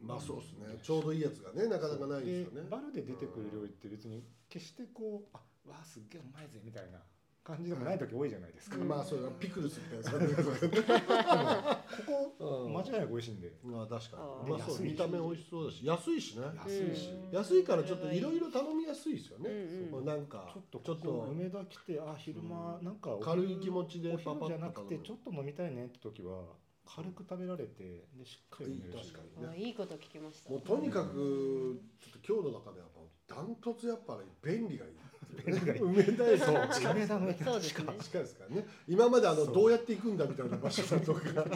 [SPEAKER 2] まあそうですねちょうどいいやつがねなかなかないですよね
[SPEAKER 4] バルで出てくる料理って別に決してこうあわあすっげえうまいぜみたいな感じでもない時多いじゃないですか、
[SPEAKER 1] うん
[SPEAKER 2] まあそうだピクルスみたいなや つがね
[SPEAKER 4] ここ間違い
[SPEAKER 2] い
[SPEAKER 4] なく美味しいんで
[SPEAKER 2] まあ確か
[SPEAKER 1] あ
[SPEAKER 2] に
[SPEAKER 1] ー
[SPEAKER 2] まあそう
[SPEAKER 4] 安いし
[SPEAKER 2] 見た目美味しそうだし安いしね
[SPEAKER 4] 安いし、
[SPEAKER 3] うん
[SPEAKER 2] 安いからちょっといろいろ頼みやすいですよね、
[SPEAKER 1] うんうん
[SPEAKER 2] そうなんか
[SPEAKER 4] ちょっと
[SPEAKER 2] ちょっ
[SPEAKER 4] ここと梅田来てあ昼間なんかお昼
[SPEAKER 2] 軽い気持ちで
[SPEAKER 4] お
[SPEAKER 2] パパッ
[SPEAKER 4] 昼じ
[SPEAKER 2] と
[SPEAKER 4] ゃなく
[SPEAKER 2] 頼
[SPEAKER 4] て
[SPEAKER 2] む
[SPEAKER 4] ちょっと飲みたいねって時は軽く食べられてでしっかり飲める
[SPEAKER 2] いい
[SPEAKER 4] し
[SPEAKER 2] 確かに
[SPEAKER 1] あいいこと聞きました
[SPEAKER 2] もうとにかくちょっと強度だからやっぱダントツやっぱり便利がいい
[SPEAKER 4] 梅田へそう梅田の駅
[SPEAKER 1] そうですね
[SPEAKER 2] 近いですからね今まであの
[SPEAKER 4] そう
[SPEAKER 2] どうやって行くんだみたいな場所だとか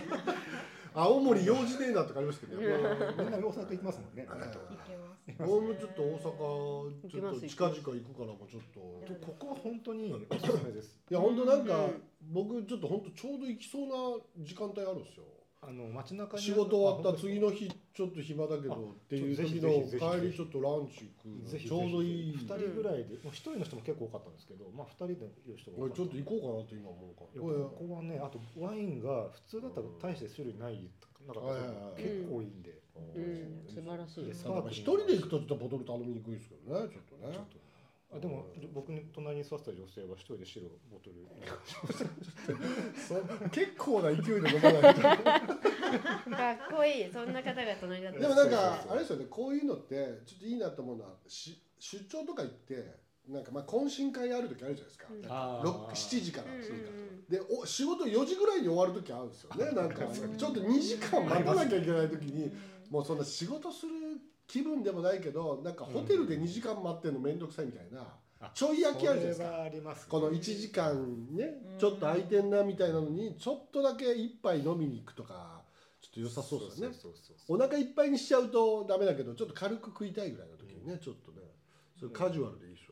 [SPEAKER 2] 青森用事ねえなとかありますけどやっぱ
[SPEAKER 4] みんな大阪行きますもんね
[SPEAKER 2] はい
[SPEAKER 3] に。いけます。
[SPEAKER 2] 俺もちょっと大阪ちょっと
[SPEAKER 1] 行きます
[SPEAKER 2] 近々行くからもうちょっと
[SPEAKER 3] 行きます
[SPEAKER 4] ここは本当におすすめです
[SPEAKER 2] いや本当なんか
[SPEAKER 1] うん
[SPEAKER 2] 僕ちょっと本当ちょうど行きそうな時間帯あるんですよ
[SPEAKER 4] あの街中に
[SPEAKER 2] 仕事終わった
[SPEAKER 4] あ
[SPEAKER 2] 次の日ちょっと暇だけどっていう
[SPEAKER 4] ぜひ
[SPEAKER 2] 時
[SPEAKER 4] ぜひぜひ
[SPEAKER 2] の帰りちょっとランチ行く
[SPEAKER 4] ぜひ
[SPEAKER 2] ちょうどいい
[SPEAKER 4] 2人ぐらいでもう1人の人も結構多かったんですけどまあ2人でいる人が多
[SPEAKER 2] おい
[SPEAKER 4] か
[SPEAKER 2] ちょったと行こうかなって今思うか
[SPEAKER 4] いや
[SPEAKER 2] らこれ
[SPEAKER 4] ここはねあとワインが普通だったら大して種類ないなかったですけど結構いいんで、
[SPEAKER 1] うん素晴らしいです
[SPEAKER 2] ただまあ一人で行くとちょっとボトル頼みにくいですけどねちょっとね
[SPEAKER 4] ちょっとあでも僕の隣に座ってた女性は一人で白ボトル
[SPEAKER 2] そう結構な勢いで飲まないと
[SPEAKER 1] かっこいいそんな方が隣だった
[SPEAKER 2] でもなん
[SPEAKER 4] そう
[SPEAKER 2] か
[SPEAKER 4] そうそう
[SPEAKER 2] あれですよねこういうのってちょっといいなと思うのはし出張とか行ってなんかまあ懇親会ある時あるじゃないですか
[SPEAKER 1] うん
[SPEAKER 4] あー
[SPEAKER 2] 六7時から
[SPEAKER 1] うんうん
[SPEAKER 2] 7時から
[SPEAKER 1] うん
[SPEAKER 2] でお仕事4時ぐらいに終わる時あるんですよねなんかちょっと2時間待たなきゃいけない時にもうそんな仕事する気分でもないけどなんかホテルで2時間待ってるの面倒くさいみたいな
[SPEAKER 4] あ
[SPEAKER 2] ちょい焼きあるじゃないです
[SPEAKER 4] それ
[SPEAKER 2] か
[SPEAKER 4] はありますね
[SPEAKER 2] この1時間ね
[SPEAKER 3] うん
[SPEAKER 2] ちょっと空いてんなみたいなのにちょっとだけ一杯飲みに行くとかちょっと良さそうですよね
[SPEAKER 4] そうそうそう
[SPEAKER 2] お腹いっぱいにしちゃうとダメだけどちょっと軽く食いたいぐらいの時にね、ちょっとねそれカジュアルでいいでしょ、
[SPEAKER 3] ね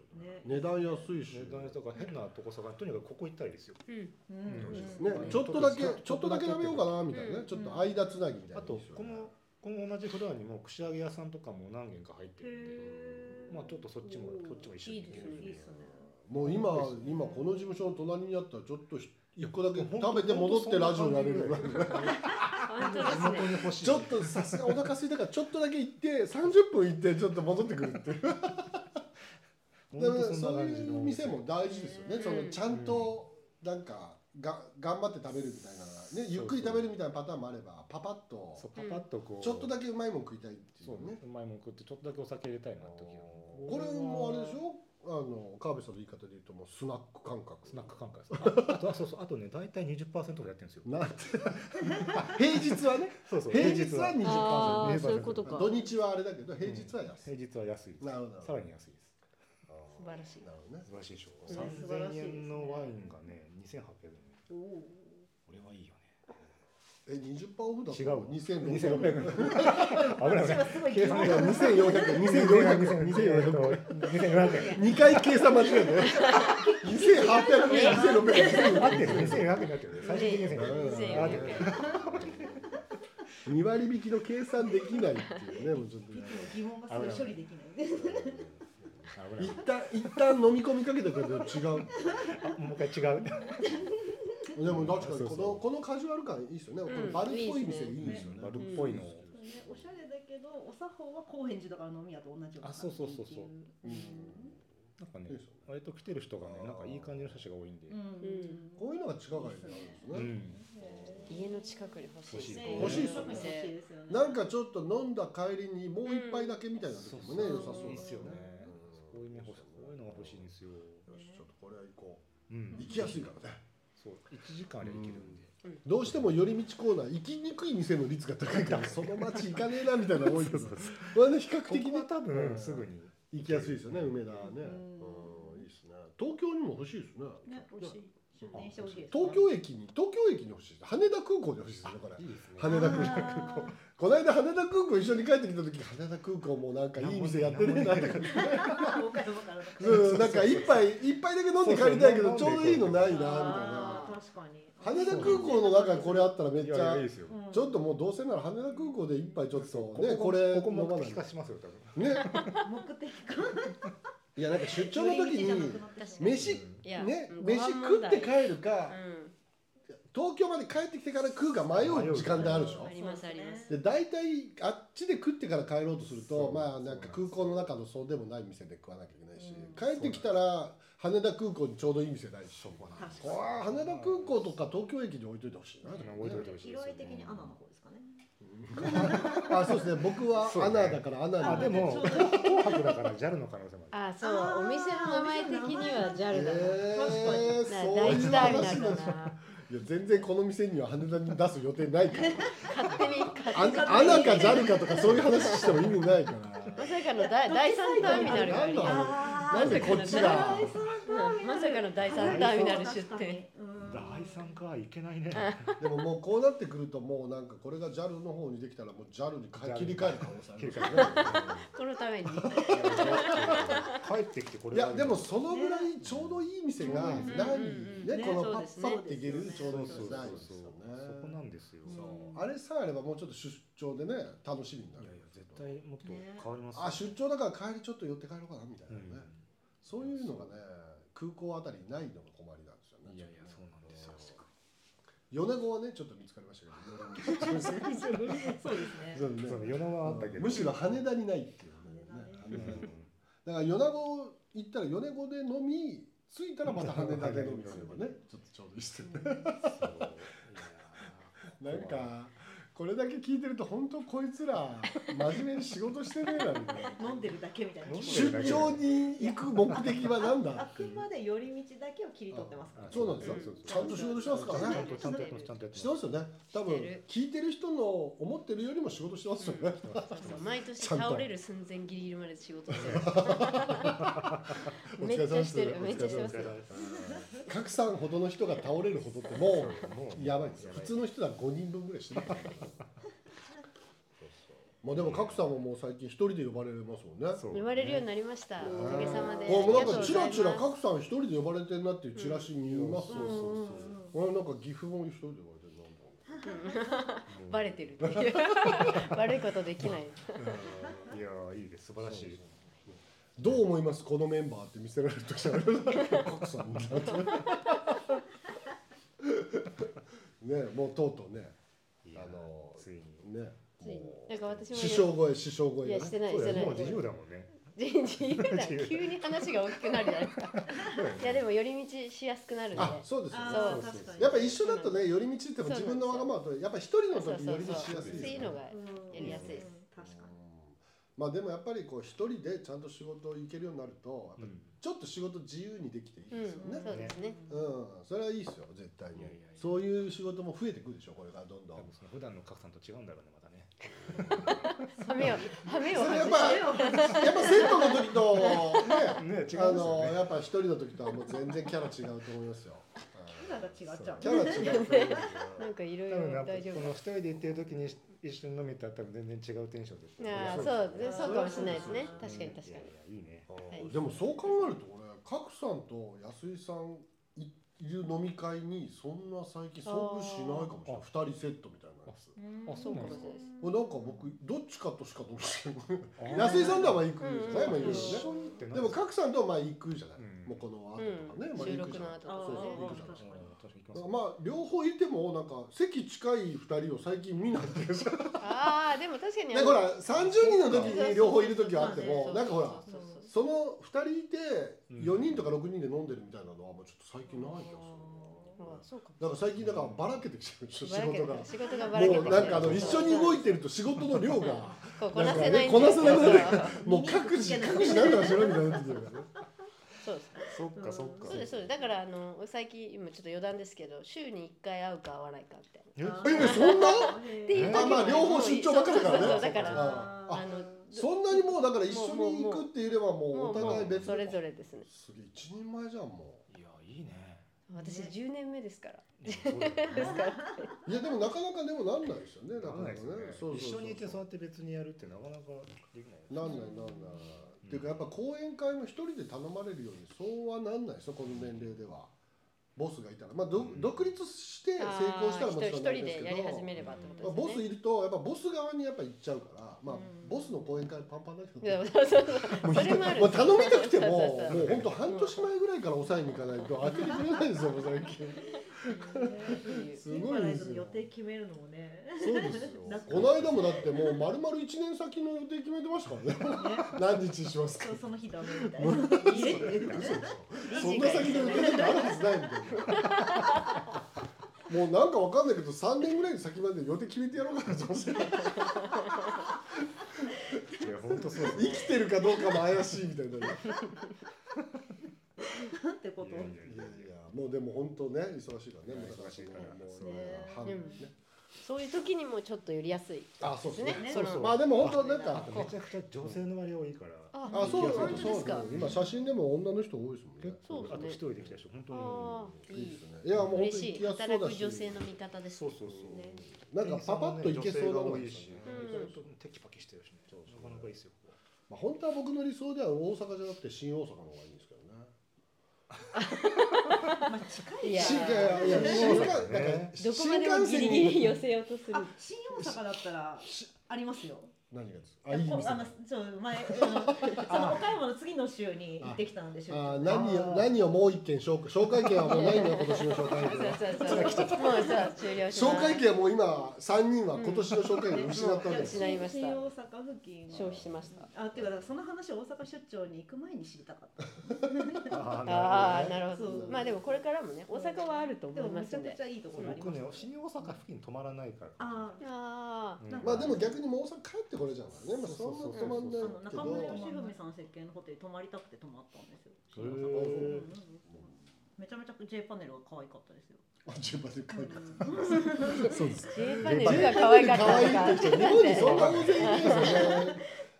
[SPEAKER 2] 値段安いし、
[SPEAKER 4] 値段とか変なとこ探してとにかくここ行ったいですよ
[SPEAKER 1] うん
[SPEAKER 2] ね
[SPEAKER 3] う
[SPEAKER 4] うん
[SPEAKER 2] ちょっとだけ
[SPEAKER 4] ちょっと
[SPEAKER 2] ちょっとだけ食べようかなみたいなね、
[SPEAKER 1] うん
[SPEAKER 2] ちょっと間つなぎみたい
[SPEAKER 4] あ
[SPEAKER 2] なのい
[SPEAKER 4] と
[SPEAKER 2] いですよ
[SPEAKER 4] こ
[SPEAKER 2] ね、
[SPEAKER 4] のこの同じフロアにも串揚げ屋さんとかも何軒か入ってるんでまあちょっとそっちもそっちも一緒に行ける
[SPEAKER 1] いいですねいいで
[SPEAKER 2] もう今今この事務所の隣にあったらちょっとひ一個だけ
[SPEAKER 4] ほんと
[SPEAKER 2] 食べて戻ってラジオやれ
[SPEAKER 4] ほ
[SPEAKER 2] る
[SPEAKER 4] んとそんな感じ
[SPEAKER 1] 本当
[SPEAKER 4] 本
[SPEAKER 1] で
[SPEAKER 4] 当
[SPEAKER 1] す
[SPEAKER 4] に
[SPEAKER 1] ね
[SPEAKER 4] 欲しい
[SPEAKER 2] ちょっとさすがお腹空いたからちょっとだけ行って30分行ってちょっと戻ってくるっていう
[SPEAKER 4] ほん
[SPEAKER 2] だか
[SPEAKER 4] と
[SPEAKER 2] ら
[SPEAKER 4] そんな
[SPEAKER 2] そう
[SPEAKER 4] 感じ
[SPEAKER 2] い
[SPEAKER 4] の
[SPEAKER 2] う店も大事ですよね、
[SPEAKER 1] うん
[SPEAKER 2] そのちゃんとなんかが頑張って食べるみたいな、ね、ゆっくり食べるみたいなパターンもあればパパッと
[SPEAKER 4] そうパパッとこう
[SPEAKER 2] ちょっとだけうまいもん食いたいってい
[SPEAKER 4] そう
[SPEAKER 2] うね
[SPEAKER 4] ねうまいもん食ってちょっとだけお酒入れたいなって時は
[SPEAKER 2] これもあれでしょあの川辺さんの言い方で言うともうスナック感覚
[SPEAKER 4] スナック感覚ですああとあそうそうあとね大体20%ぐらいやってるんですよ
[SPEAKER 2] なんて あ平日はね
[SPEAKER 4] そうそう
[SPEAKER 2] 平日は
[SPEAKER 1] あ
[SPEAKER 4] 20%
[SPEAKER 1] あそういうことか
[SPEAKER 2] 土日はあれだけど平日は安い、
[SPEAKER 4] 平日は安いです
[SPEAKER 2] なるほど
[SPEAKER 4] さらに安いです
[SPEAKER 1] 素晴らしい
[SPEAKER 2] なるほどね
[SPEAKER 4] 素晴らしいでしょ
[SPEAKER 3] うん素晴らし
[SPEAKER 4] 3000
[SPEAKER 3] いですね
[SPEAKER 4] 円のワインがね2800円俺はいいよね
[SPEAKER 2] え20%オフだと
[SPEAKER 4] 違うわ
[SPEAKER 2] 2600円
[SPEAKER 4] 危ない危ない
[SPEAKER 3] すごい
[SPEAKER 4] 計
[SPEAKER 3] 気
[SPEAKER 4] 算
[SPEAKER 3] ま
[SPEAKER 4] が
[SPEAKER 3] ずい
[SPEAKER 2] 2400円2400円2400
[SPEAKER 4] 2400円
[SPEAKER 2] 円2回計算間違えたよ2800円2600円
[SPEAKER 4] 合ってる2400円だってる最終的に2400円
[SPEAKER 2] 2割引きの計算できないっていうねもうちょっとね
[SPEAKER 3] 疑問がすごい処理できないね。
[SPEAKER 4] 危ない
[SPEAKER 2] 一旦一旦飲み込みかけたけど違う
[SPEAKER 4] あもう一回違う
[SPEAKER 2] でも確かにこの
[SPEAKER 4] そうそう
[SPEAKER 2] このカジュアル感いいですよね、
[SPEAKER 1] うん
[SPEAKER 2] このバルっぽい店いいですよね
[SPEAKER 4] バルっぽいのを
[SPEAKER 3] おしゃれだけど、お作法は高円寺とかの飲み屋と同じような感じってい。
[SPEAKER 4] なんかね
[SPEAKER 2] いいですよね
[SPEAKER 4] 割と来てる人がねなんかいい感じの写真が多いんで
[SPEAKER 3] うん。
[SPEAKER 2] こういうのが地下街にあるんですね、
[SPEAKER 4] うん
[SPEAKER 1] 家の近くに欲しいですね
[SPEAKER 2] 欲しいですよ
[SPEAKER 3] 欲しい
[SPEAKER 2] ね
[SPEAKER 3] ですよね。
[SPEAKER 2] なんかちょっと飲んだ帰りにもう一杯だけみたいな時もね、
[SPEAKER 4] うん
[SPEAKER 2] 良さそう
[SPEAKER 4] いいっ
[SPEAKER 2] だ
[SPEAKER 4] すよね
[SPEAKER 2] う
[SPEAKER 4] こ
[SPEAKER 2] ん
[SPEAKER 4] ういうの欲しいこういうのが欲しいんですよ
[SPEAKER 2] よしちょっとこれは行こ
[SPEAKER 4] う
[SPEAKER 2] うん行きやすいからね
[SPEAKER 4] そう1時間あればいけるんで
[SPEAKER 2] どうしても寄り道コーナー行きにくい店の率が高いからその街行かねえなみたいなの多いけどこれね比較
[SPEAKER 4] こ
[SPEAKER 2] 的ね
[SPEAKER 4] こは多分すぐに
[SPEAKER 2] 行きやすいですよね梅田はね、
[SPEAKER 3] う
[SPEAKER 2] うんいい
[SPEAKER 3] ん
[SPEAKER 2] ですね東京にも欲しいですね
[SPEAKER 3] ね
[SPEAKER 2] 欲しい
[SPEAKER 3] 出店してほしいですか。
[SPEAKER 2] 東京駅に東京駅に欲しいです羽田空港に欲しいですねこれ
[SPEAKER 4] いいですね
[SPEAKER 2] 羽田空港
[SPEAKER 3] 港。
[SPEAKER 2] この間羽田空港一緒に帰ってきた時羽田空港もなんかいい店やってるなって感じ
[SPEAKER 3] わかるわかる。
[SPEAKER 2] うんなんか一杯一杯だけ飲んで帰りたいけどちょうどいいのないなみたい
[SPEAKER 3] あ
[SPEAKER 2] な
[SPEAKER 3] ー確かに。
[SPEAKER 2] 羽田空港の中にこれあったらめっ
[SPEAKER 4] い
[SPEAKER 2] ち
[SPEAKER 4] やいや
[SPEAKER 2] ゃ
[SPEAKER 4] いいですよ
[SPEAKER 3] うん
[SPEAKER 2] ちょっともうどうせなら羽田空港で一杯ちょっ
[SPEAKER 4] そう
[SPEAKER 2] とねこれ
[SPEAKER 4] ここ
[SPEAKER 2] 飲ま
[SPEAKER 4] も
[SPEAKER 2] な
[SPEAKER 4] 聞
[SPEAKER 2] い
[SPEAKER 4] かしますよ多分
[SPEAKER 2] ね
[SPEAKER 3] 目的か。
[SPEAKER 2] いやなんか出張の時に飯
[SPEAKER 1] いや
[SPEAKER 2] ね
[SPEAKER 1] うん
[SPEAKER 2] 飯食って帰るか
[SPEAKER 1] うん
[SPEAKER 2] 東京まで帰ってきてから食うか迷う時間ってあるでしょ
[SPEAKER 1] ありますあります
[SPEAKER 2] で大体あっちで食ってから帰ろうとする
[SPEAKER 4] そ
[SPEAKER 2] と
[SPEAKER 4] う
[SPEAKER 2] まあなんか空港の中のそうでもない店で食わなきゃいけないし、帰ってきたら羽田空港にちょうどいい店ないしこ
[SPEAKER 3] なんです
[SPEAKER 2] れは羽田空港とか東京駅に置いといてほしいな
[SPEAKER 4] うん置いといてほしいで
[SPEAKER 3] 色
[SPEAKER 4] す
[SPEAKER 3] 合
[SPEAKER 4] よ
[SPEAKER 3] い的に
[SPEAKER 4] ね
[SPEAKER 3] アナの方ですかね。
[SPEAKER 2] あそうですね僕は
[SPEAKER 4] そう
[SPEAKER 2] ア
[SPEAKER 4] ね
[SPEAKER 2] ナだからアナ
[SPEAKER 4] あ
[SPEAKER 2] に
[SPEAKER 4] でも紅白だから JAL の可能性もあ
[SPEAKER 1] あ
[SPEAKER 4] る
[SPEAKER 1] そ
[SPEAKER 3] あ
[SPEAKER 1] う
[SPEAKER 3] ー
[SPEAKER 1] お店の名前的には JAL だな、
[SPEAKER 2] えー、
[SPEAKER 1] な
[SPEAKER 2] そう
[SPEAKER 1] 第
[SPEAKER 2] い
[SPEAKER 1] 一
[SPEAKER 2] う
[SPEAKER 1] ターミ
[SPEAKER 2] 話
[SPEAKER 1] ナルだ
[SPEAKER 2] なんですよ
[SPEAKER 1] ない
[SPEAKER 2] や全然この店には羽田に出す予定な いから
[SPEAKER 1] 勝手に勝手に
[SPEAKER 2] あアナか JAL かとかそういう話しても意味ないから
[SPEAKER 1] まさかのだ第三ターミナルがあり
[SPEAKER 2] なんだろう
[SPEAKER 3] あ
[SPEAKER 2] なんでこっちが
[SPEAKER 1] うんまさかの第三ターミナル出店。
[SPEAKER 4] 第三かいけないね
[SPEAKER 2] でももうこうなってくるともうなんかこれが JAL の方にできたらもう JAL にか切り替える可能性あ
[SPEAKER 4] 切
[SPEAKER 2] る
[SPEAKER 4] り替える
[SPEAKER 1] このために
[SPEAKER 4] 帰ってきてこれ
[SPEAKER 2] いやでもそのぐらいちょうどいい店が
[SPEAKER 4] ね
[SPEAKER 2] ない
[SPEAKER 1] うん
[SPEAKER 2] ね
[SPEAKER 1] ね
[SPEAKER 2] この
[SPEAKER 1] そう
[SPEAKER 2] パ
[SPEAKER 1] です
[SPEAKER 2] ッ
[SPEAKER 1] ね
[SPEAKER 2] パッっていけるちょうどいい
[SPEAKER 4] そうそう
[SPEAKER 2] 店
[SPEAKER 4] そう
[SPEAKER 2] ないんです
[SPEAKER 4] そ
[SPEAKER 2] よ
[SPEAKER 4] うそこな
[SPEAKER 2] ね
[SPEAKER 4] んですよ
[SPEAKER 1] うん
[SPEAKER 2] そうあれさえあればもうちょっと出張でね楽しみにないる
[SPEAKER 4] やいや絶対もっと変わりますよ
[SPEAKER 2] あ出張だから帰りちょっと寄って帰ろうかなみたいなね、
[SPEAKER 4] うん
[SPEAKER 2] そういうのがね空港あたりにないのが困りなんですよね
[SPEAKER 4] いやいやそうなんですよ
[SPEAKER 2] 米子はねちょっと見つかりましたけど
[SPEAKER 3] そうですね。
[SPEAKER 2] そうね
[SPEAKER 4] そうね世のはあったけど
[SPEAKER 2] むしろ羽田にないっていう
[SPEAKER 4] う
[SPEAKER 2] ね
[SPEAKER 4] ん
[SPEAKER 2] だから米子行ったら米子で飲み着いたらまた羽田で飲みすればねちょっとちょうどいいですよね
[SPEAKER 4] そういや
[SPEAKER 2] なんかこれだけ聞いてると本当こいつら真面目に仕事してねえなみたいな
[SPEAKER 3] 飲んでるだけみたいな。
[SPEAKER 4] 飲んで
[SPEAKER 2] 出張に行く目的は何だ
[SPEAKER 3] あくまで寄り道だけを切り取ってますから。
[SPEAKER 2] そうなんですよ
[SPEAKER 4] そうそう
[SPEAKER 2] ちゃんと仕事してますからね
[SPEAKER 4] ちゃんとやってますちゃんとやって
[SPEAKER 2] してますよね多
[SPEAKER 1] して
[SPEAKER 2] 分
[SPEAKER 1] る
[SPEAKER 2] 聞いてる人の思ってるよりも仕事してますよね、
[SPEAKER 1] そうそう毎年
[SPEAKER 2] ちゃんと
[SPEAKER 1] 倒れる寸前ギリギリまで仕事してる
[SPEAKER 2] お
[SPEAKER 1] めっ
[SPEAKER 2] 疲
[SPEAKER 1] ちゃ
[SPEAKER 2] れ様で
[SPEAKER 1] し
[SPEAKER 2] す
[SPEAKER 1] てるめっちゃしてます
[SPEAKER 4] ます
[SPEAKER 2] 賀来さんほどの人が倒れるほどっても
[SPEAKER 4] も
[SPEAKER 2] うやばいですよ普通の人は5人分ぐらいしてるまあでも賀来さんももう最近一人で呼ばれますもんね
[SPEAKER 4] そう
[SPEAKER 1] 言われるようになりました
[SPEAKER 2] ね
[SPEAKER 1] おかげさまで
[SPEAKER 2] あもうなんかチラチラ
[SPEAKER 1] ありがとう
[SPEAKER 2] 賀来さん一人で呼ばれてんなっていうチラシ見ます
[SPEAKER 4] そう
[SPEAKER 2] よ、
[SPEAKER 4] そうそう
[SPEAKER 2] 俺なんか岐阜も一人で呼ばれてるなん
[SPEAKER 1] ご
[SPEAKER 2] だ
[SPEAKER 1] ざいますバレてるっていう 悪いことできない
[SPEAKER 4] いやーいいです素晴らしい
[SPEAKER 2] どう思いますこのメンバーって見せられるときある賀来さんみたい なねもうとうとうね
[SPEAKER 4] いやー
[SPEAKER 2] あのー
[SPEAKER 4] ついに
[SPEAKER 2] ね
[SPEAKER 1] ついに
[SPEAKER 2] もう
[SPEAKER 1] なんか私も
[SPEAKER 2] 師匠超え師匠超え
[SPEAKER 1] いやしてない
[SPEAKER 4] そう
[SPEAKER 1] して
[SPEAKER 4] だ
[SPEAKER 1] な
[SPEAKER 4] よ
[SPEAKER 1] い
[SPEAKER 4] もう自由だもんね
[SPEAKER 1] 自自由だ急に話が大きくなるじゃないですかいやでも寄り道しやすくなるんで
[SPEAKER 2] あそうですよね
[SPEAKER 3] ああ確かに。
[SPEAKER 2] やっぱ一緒だとね寄り道っても自分のわがままとやっぱ一人の
[SPEAKER 1] そう
[SPEAKER 2] 時
[SPEAKER 1] そ
[SPEAKER 2] 寄
[SPEAKER 1] う
[SPEAKER 2] り道し
[SPEAKER 1] そ
[SPEAKER 2] や
[SPEAKER 1] う
[SPEAKER 2] すい
[SPEAKER 1] っ
[SPEAKER 2] です
[SPEAKER 1] て
[SPEAKER 2] ね
[SPEAKER 1] いうのが
[SPEAKER 3] 確かに。
[SPEAKER 2] まあでもやっぱりこう一人でちゃんと仕事行けるようになるとやっぱちょっと仕事自由にできていい
[SPEAKER 1] うん
[SPEAKER 2] ですよね、
[SPEAKER 1] そうですね
[SPEAKER 2] うんそれはいいですよ絶対に
[SPEAKER 4] いやいやいや
[SPEAKER 2] そういう仕事も増えてくるでしょこれからどんど
[SPEAKER 4] 多
[SPEAKER 2] ん
[SPEAKER 4] 分その普段の賀来さんと違うんだろうねまたね
[SPEAKER 1] 羽 目を羽目を
[SPEAKER 2] それやっ
[SPEAKER 1] 外
[SPEAKER 2] ぱ
[SPEAKER 1] し
[SPEAKER 2] やっぱセットの時とね
[SPEAKER 4] ね違うんです
[SPEAKER 2] あ
[SPEAKER 4] よ
[SPEAKER 2] の
[SPEAKER 4] ね
[SPEAKER 2] やっぱ一人の時とはもう全然キャラ違うと思いますよ
[SPEAKER 3] キャラが違っちゃう。
[SPEAKER 2] キャラ違うと思いま
[SPEAKER 1] なんかいろい
[SPEAKER 4] 多分や
[SPEAKER 1] ろ
[SPEAKER 4] っぱ
[SPEAKER 1] 大丈
[SPEAKER 4] こ
[SPEAKER 1] 夫
[SPEAKER 4] の二人で行ってる時に一緒に飲めたら多分全然違うテンションですよね
[SPEAKER 1] ああ
[SPEAKER 2] そ
[SPEAKER 1] そうう
[SPEAKER 2] で
[SPEAKER 1] ですそうかもしれないですね
[SPEAKER 3] そう
[SPEAKER 1] 確かに確か
[SPEAKER 4] いやいやいいね
[SPEAKER 2] す
[SPEAKER 1] は
[SPEAKER 2] よ
[SPEAKER 1] い
[SPEAKER 2] でもそう考えると俺賀来さんと安井さんいる飲み会にそんな最近遭遇しないかもしれない
[SPEAKER 4] あ
[SPEAKER 2] 二人セットみたいなやつ
[SPEAKER 4] あそうなんですか
[SPEAKER 2] これなんか僕どっちかとしかどうして
[SPEAKER 4] あー
[SPEAKER 2] 安井さんとはまあ行くじゃない、
[SPEAKER 1] うん
[SPEAKER 2] まあ行くし
[SPEAKER 4] 一
[SPEAKER 2] ね
[SPEAKER 4] 緒にってな
[SPEAKER 2] でも賀来さんとはまあ行くじゃない、
[SPEAKER 4] うん
[SPEAKER 2] もうこの後とかね、ま
[SPEAKER 1] に
[SPEAKER 2] あ
[SPEAKER 1] 収
[SPEAKER 2] 行く
[SPEAKER 1] 録
[SPEAKER 2] じゃ
[SPEAKER 1] の
[SPEAKER 2] ない
[SPEAKER 1] 後とかそうですね
[SPEAKER 2] そう
[SPEAKER 4] 確かに行き
[SPEAKER 2] だか
[SPEAKER 4] ます
[SPEAKER 2] らまあ両方いてもなんか席近い二人を最近見ないっていうか
[SPEAKER 1] ああでも確かに
[SPEAKER 2] ねほら30人の時に両方いる時はあって
[SPEAKER 1] そ
[SPEAKER 2] も
[SPEAKER 1] うそうそう
[SPEAKER 2] なんかほら
[SPEAKER 1] そうそうそう
[SPEAKER 2] その二人いて
[SPEAKER 4] うん
[SPEAKER 2] 四人とか六人で飲んでるみたいなのはもうちょっと最近ない気が
[SPEAKER 1] あそうかも
[SPEAKER 2] するなだから最近だからばらけてきちゃう仕
[SPEAKER 1] ばらけ
[SPEAKER 2] 事が
[SPEAKER 1] 仕事がばらけ
[SPEAKER 2] も
[SPEAKER 1] て
[SPEAKER 2] うなんかあの一緒に動
[SPEAKER 1] い
[SPEAKER 2] いてると仕事の量が
[SPEAKER 1] こうこなせないんで
[SPEAKER 2] なんかねこなせなくなる
[SPEAKER 1] そう
[SPEAKER 2] もう各自各自なんとかしろみたいになってきてるからね
[SPEAKER 1] そうです
[SPEAKER 4] そっかそっか
[SPEAKER 1] そうですそうですだからあの最近今ちょっと余談ですけど週に1回会うか会わないかみたいな
[SPEAKER 4] え
[SPEAKER 2] えそんな
[SPEAKER 1] っていう時も
[SPEAKER 2] あまあ両方出張ばっかりだからね
[SPEAKER 1] そうそうそうだから
[SPEAKER 2] あ
[SPEAKER 1] あ
[SPEAKER 2] あ
[SPEAKER 1] の
[SPEAKER 2] そんなにもうだから一緒に行くって言えればもう
[SPEAKER 1] も
[SPEAKER 2] お
[SPEAKER 1] う
[SPEAKER 2] 互い別
[SPEAKER 1] それぞ
[SPEAKER 2] れ
[SPEAKER 1] れですね
[SPEAKER 2] すげえ一人前じゃんも
[SPEAKER 4] いやいいね
[SPEAKER 1] う私
[SPEAKER 3] ね
[SPEAKER 1] 10年目ですから
[SPEAKER 4] そうだよね
[SPEAKER 1] ですから
[SPEAKER 2] いやでもなかなかでもなんないですよね。なか
[SPEAKER 4] な
[SPEAKER 2] なか
[SPEAKER 4] らな
[SPEAKER 2] ね
[SPEAKER 4] いですよね。
[SPEAKER 2] そうそうそう
[SPEAKER 4] 一緒にいてそうやって別にやるってなかなかできない。
[SPEAKER 2] なんないなんない、っていうかやっぱ講演会も一人で頼まれるようにそうはなんないですよこの年齢ではボスがいたらまあ、ど
[SPEAKER 4] うん
[SPEAKER 2] 独立して成功したらもちろん
[SPEAKER 1] あー
[SPEAKER 2] な
[SPEAKER 1] 一
[SPEAKER 2] い
[SPEAKER 1] 人
[SPEAKER 2] で
[SPEAKER 1] で
[SPEAKER 2] すけ
[SPEAKER 1] やり
[SPEAKER 2] ど
[SPEAKER 1] 始めればってこと
[SPEAKER 2] まあ、
[SPEAKER 1] ですね
[SPEAKER 2] ボスいるとやっぱボス側にやっぱ行っちゃうからまあ、
[SPEAKER 3] うん
[SPEAKER 2] ボスの講演会パンパンだけ
[SPEAKER 1] いや
[SPEAKER 2] ど
[SPEAKER 1] そうそうそうそれもある
[SPEAKER 2] もう頼みたくても
[SPEAKER 1] そうそうそう
[SPEAKER 2] もう本当半年前ぐらいから抑えに行かないと当ててくれないんですよもう最近す
[SPEAKER 3] す
[SPEAKER 2] ご
[SPEAKER 3] ご
[SPEAKER 2] い
[SPEAKER 3] い
[SPEAKER 2] で
[SPEAKER 3] です
[SPEAKER 2] よ
[SPEAKER 3] す予定決めるのもね。
[SPEAKER 2] そうですよ
[SPEAKER 3] だって
[SPEAKER 2] この間もだってもう丸々1年先の予定決めてましたからね 何日にしますか
[SPEAKER 3] そうその日ダメみたいな。いいえって言ってね
[SPEAKER 2] そんな先の予定なんてあるはずないみたいな。もうなんかわかんないけど3年ぐらいの先まで予定決めてやろうかなと思って
[SPEAKER 4] いや本当そうです
[SPEAKER 2] 生きてるかどうかも怪しいみたいな。いや
[SPEAKER 3] なんてこと。
[SPEAKER 2] いやもうでも本当ね忙しいからね。もうだから
[SPEAKER 4] 忙しいから
[SPEAKER 2] もう
[SPEAKER 4] そう
[SPEAKER 2] 半
[SPEAKER 1] ね
[SPEAKER 2] ね。
[SPEAKER 1] そういう時にもちょっと寄りやすい
[SPEAKER 2] あそうですね。
[SPEAKER 1] ね
[SPEAKER 2] そう
[SPEAKER 1] そ
[SPEAKER 2] そううまあでも本当なんか
[SPEAKER 4] あとめちゃくちゃ女性の割合多いから。
[SPEAKER 1] あ
[SPEAKER 2] あそうそ
[SPEAKER 1] 本
[SPEAKER 2] う
[SPEAKER 1] 当で
[SPEAKER 2] そ
[SPEAKER 1] す
[SPEAKER 2] うだ
[SPEAKER 1] か
[SPEAKER 2] ね。今写真でも女の人多いですもんね
[SPEAKER 4] 結。
[SPEAKER 1] そうですね
[SPEAKER 4] 構あと一人で来た人本当に
[SPEAKER 1] あ
[SPEAKER 4] 多
[SPEAKER 1] ー
[SPEAKER 4] い。
[SPEAKER 2] いい
[SPEAKER 1] い
[SPEAKER 2] で
[SPEAKER 1] い
[SPEAKER 2] すね。いやもう本当に
[SPEAKER 1] 嬉しい
[SPEAKER 2] 行きやすそ
[SPEAKER 1] 働
[SPEAKER 2] うだ
[SPEAKER 1] く
[SPEAKER 2] し。
[SPEAKER 1] 女性の味方です
[SPEAKER 4] そうそうそう。
[SPEAKER 2] なんかパパッと行けそうなの
[SPEAKER 4] 女性が
[SPEAKER 2] が
[SPEAKER 4] 多
[SPEAKER 2] いい
[SPEAKER 4] い
[SPEAKER 2] です
[SPEAKER 4] し
[SPEAKER 2] ね、
[SPEAKER 1] うん
[SPEAKER 4] 意外とテキパキしてるしね。なかなかいいですよ。
[SPEAKER 2] まあ本当は僕の理想では大阪じゃなくて新大阪の方がいいんですけどね。
[SPEAKER 1] いや
[SPEAKER 2] 新幹いやいや新幹なんか
[SPEAKER 1] どこまでもギリギリ寄せようとする
[SPEAKER 3] あ、新大阪だったらありますよ。
[SPEAKER 2] 何がですあいい
[SPEAKER 3] こ
[SPEAKER 2] 店
[SPEAKER 3] あのちょ前あのその岡山の次の週に行ってきたんでしょ。
[SPEAKER 2] あー何
[SPEAKER 4] あ
[SPEAKER 2] を
[SPEAKER 4] ー
[SPEAKER 2] 何をもう一件紹介紹介権はもうないんだよ今年の紹介
[SPEAKER 1] そう
[SPEAKER 2] 権は
[SPEAKER 1] そうそうもうさ終了します
[SPEAKER 2] 紹介権はもう今三人は今年の紹介権を失ったわけです、
[SPEAKER 1] 失いました
[SPEAKER 3] 新大阪付近
[SPEAKER 1] 消費しました
[SPEAKER 3] あっていうかだからその話を大阪出張に行く前に知りたかった
[SPEAKER 1] ああー
[SPEAKER 4] る
[SPEAKER 1] なるほ
[SPEAKER 3] そ
[SPEAKER 1] ど
[SPEAKER 3] う
[SPEAKER 1] まあでもこれからもね 大阪はあると思
[SPEAKER 3] で
[SPEAKER 1] い
[SPEAKER 3] もめ
[SPEAKER 1] ま
[SPEAKER 3] ち
[SPEAKER 1] す
[SPEAKER 3] ゃ
[SPEAKER 1] ん
[SPEAKER 3] く
[SPEAKER 1] で
[SPEAKER 3] ちゃいいとこ
[SPEAKER 4] ほ
[SPEAKER 3] ろ
[SPEAKER 4] ど
[SPEAKER 3] あ
[SPEAKER 4] ね。
[SPEAKER 3] り
[SPEAKER 4] 僕
[SPEAKER 3] ます
[SPEAKER 4] ね新大阪付近止まらないから。
[SPEAKER 3] あー
[SPEAKER 1] ああ
[SPEAKER 4] うん
[SPEAKER 2] まあでも逆にもう大阪帰ってこれじゃんからね、まあ、そ
[SPEAKER 4] そうんそうそ
[SPEAKER 2] な
[SPEAKER 4] う
[SPEAKER 2] 止まんない
[SPEAKER 3] あの
[SPEAKER 2] け
[SPEAKER 3] 中
[SPEAKER 2] ど
[SPEAKER 3] 村義文さん設計のホテル泊まりたくて泊まったんですよ。
[SPEAKER 4] へー
[SPEAKER 3] 新大阪うんうんうんめちゃめちゃ J パネルが可愛かったですよ。
[SPEAKER 2] あ順番で帰る
[SPEAKER 3] うん
[SPEAKER 2] そうです
[SPEAKER 1] J パネルが可愛かった
[SPEAKER 2] 可
[SPEAKER 1] と
[SPEAKER 2] 愛いって人日本にそんな大勢いないですよね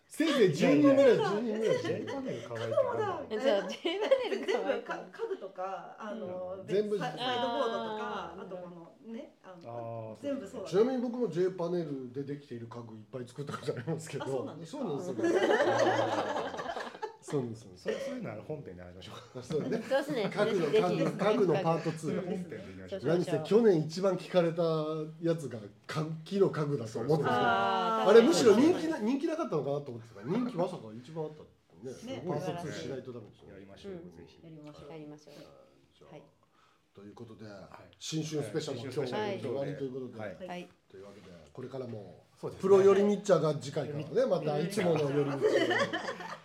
[SPEAKER 2] せいぜい10人ぐらい10人ぐらい
[SPEAKER 4] ジェイパネル可愛い
[SPEAKER 1] じゃあ J パネ
[SPEAKER 3] 全
[SPEAKER 1] ル
[SPEAKER 3] 部
[SPEAKER 1] 可愛
[SPEAKER 3] か
[SPEAKER 1] か
[SPEAKER 3] 家具とかあの、
[SPEAKER 2] うん
[SPEAKER 3] ベッ
[SPEAKER 2] 全部
[SPEAKER 3] サイサイドボードとか
[SPEAKER 1] あ
[SPEAKER 3] あ
[SPEAKER 1] ー
[SPEAKER 3] とこのねあ
[SPEAKER 4] あ
[SPEAKER 3] の
[SPEAKER 4] ー
[SPEAKER 3] 全部そうだ
[SPEAKER 2] ちなみに僕も J パネルでできている家具いっぱい作ったことありますけど
[SPEAKER 3] あそうなんですか
[SPEAKER 2] そうなんですそうなんです
[SPEAKER 4] それそういうのは本編で話しましょう。
[SPEAKER 2] そうなんですそうね
[SPEAKER 1] そうですね
[SPEAKER 2] 家具の
[SPEAKER 1] ぜ
[SPEAKER 2] 家
[SPEAKER 1] ひぜ
[SPEAKER 2] 具
[SPEAKER 1] ひ
[SPEAKER 2] 家具のパート
[SPEAKER 4] それ本
[SPEAKER 2] 2
[SPEAKER 4] 編で言いましょう。
[SPEAKER 2] 何せ去年一番聞かれたやつが家木の家具だと思ってたんですけどあ
[SPEAKER 1] あー
[SPEAKER 2] れむしろ人気な人気なかったのかなと思ってた人気まさか一番あったってね
[SPEAKER 3] ね
[SPEAKER 2] パート2しないとダメですよ
[SPEAKER 4] やり
[SPEAKER 2] ね
[SPEAKER 4] ましょう、ぜひ。
[SPEAKER 3] やりましょう
[SPEAKER 1] やりましょう
[SPEAKER 2] じゃあ
[SPEAKER 1] はい
[SPEAKER 2] ということで
[SPEAKER 4] い
[SPEAKER 2] 新春スペシャルも今日
[SPEAKER 1] は
[SPEAKER 2] で
[SPEAKER 1] い
[SPEAKER 2] 終わりということ
[SPEAKER 4] は
[SPEAKER 2] で
[SPEAKER 4] い
[SPEAKER 3] はい
[SPEAKER 1] はい
[SPEAKER 2] というわけでこれからも
[SPEAKER 4] そうですね
[SPEAKER 2] プロ寄りニッチャーが次回からねまたいつもの寄りニッチャーが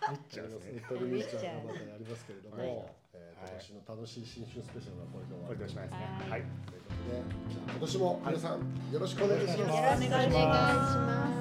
[SPEAKER 4] みっちゃんですね。
[SPEAKER 2] トリミーチャーがまたやりますけれども、
[SPEAKER 4] はい
[SPEAKER 2] えー今年の楽しい新春スペシャルはこれで終
[SPEAKER 4] こ
[SPEAKER 2] わ
[SPEAKER 4] れ
[SPEAKER 2] り
[SPEAKER 4] で
[SPEAKER 2] と
[SPEAKER 4] お
[SPEAKER 2] いうこ
[SPEAKER 4] しまいですね。はい。
[SPEAKER 2] とで、じゃあ今年も皆さんよろしくお願いし
[SPEAKER 1] よ
[SPEAKER 2] ま
[SPEAKER 1] ろ
[SPEAKER 2] す
[SPEAKER 1] しくお願いします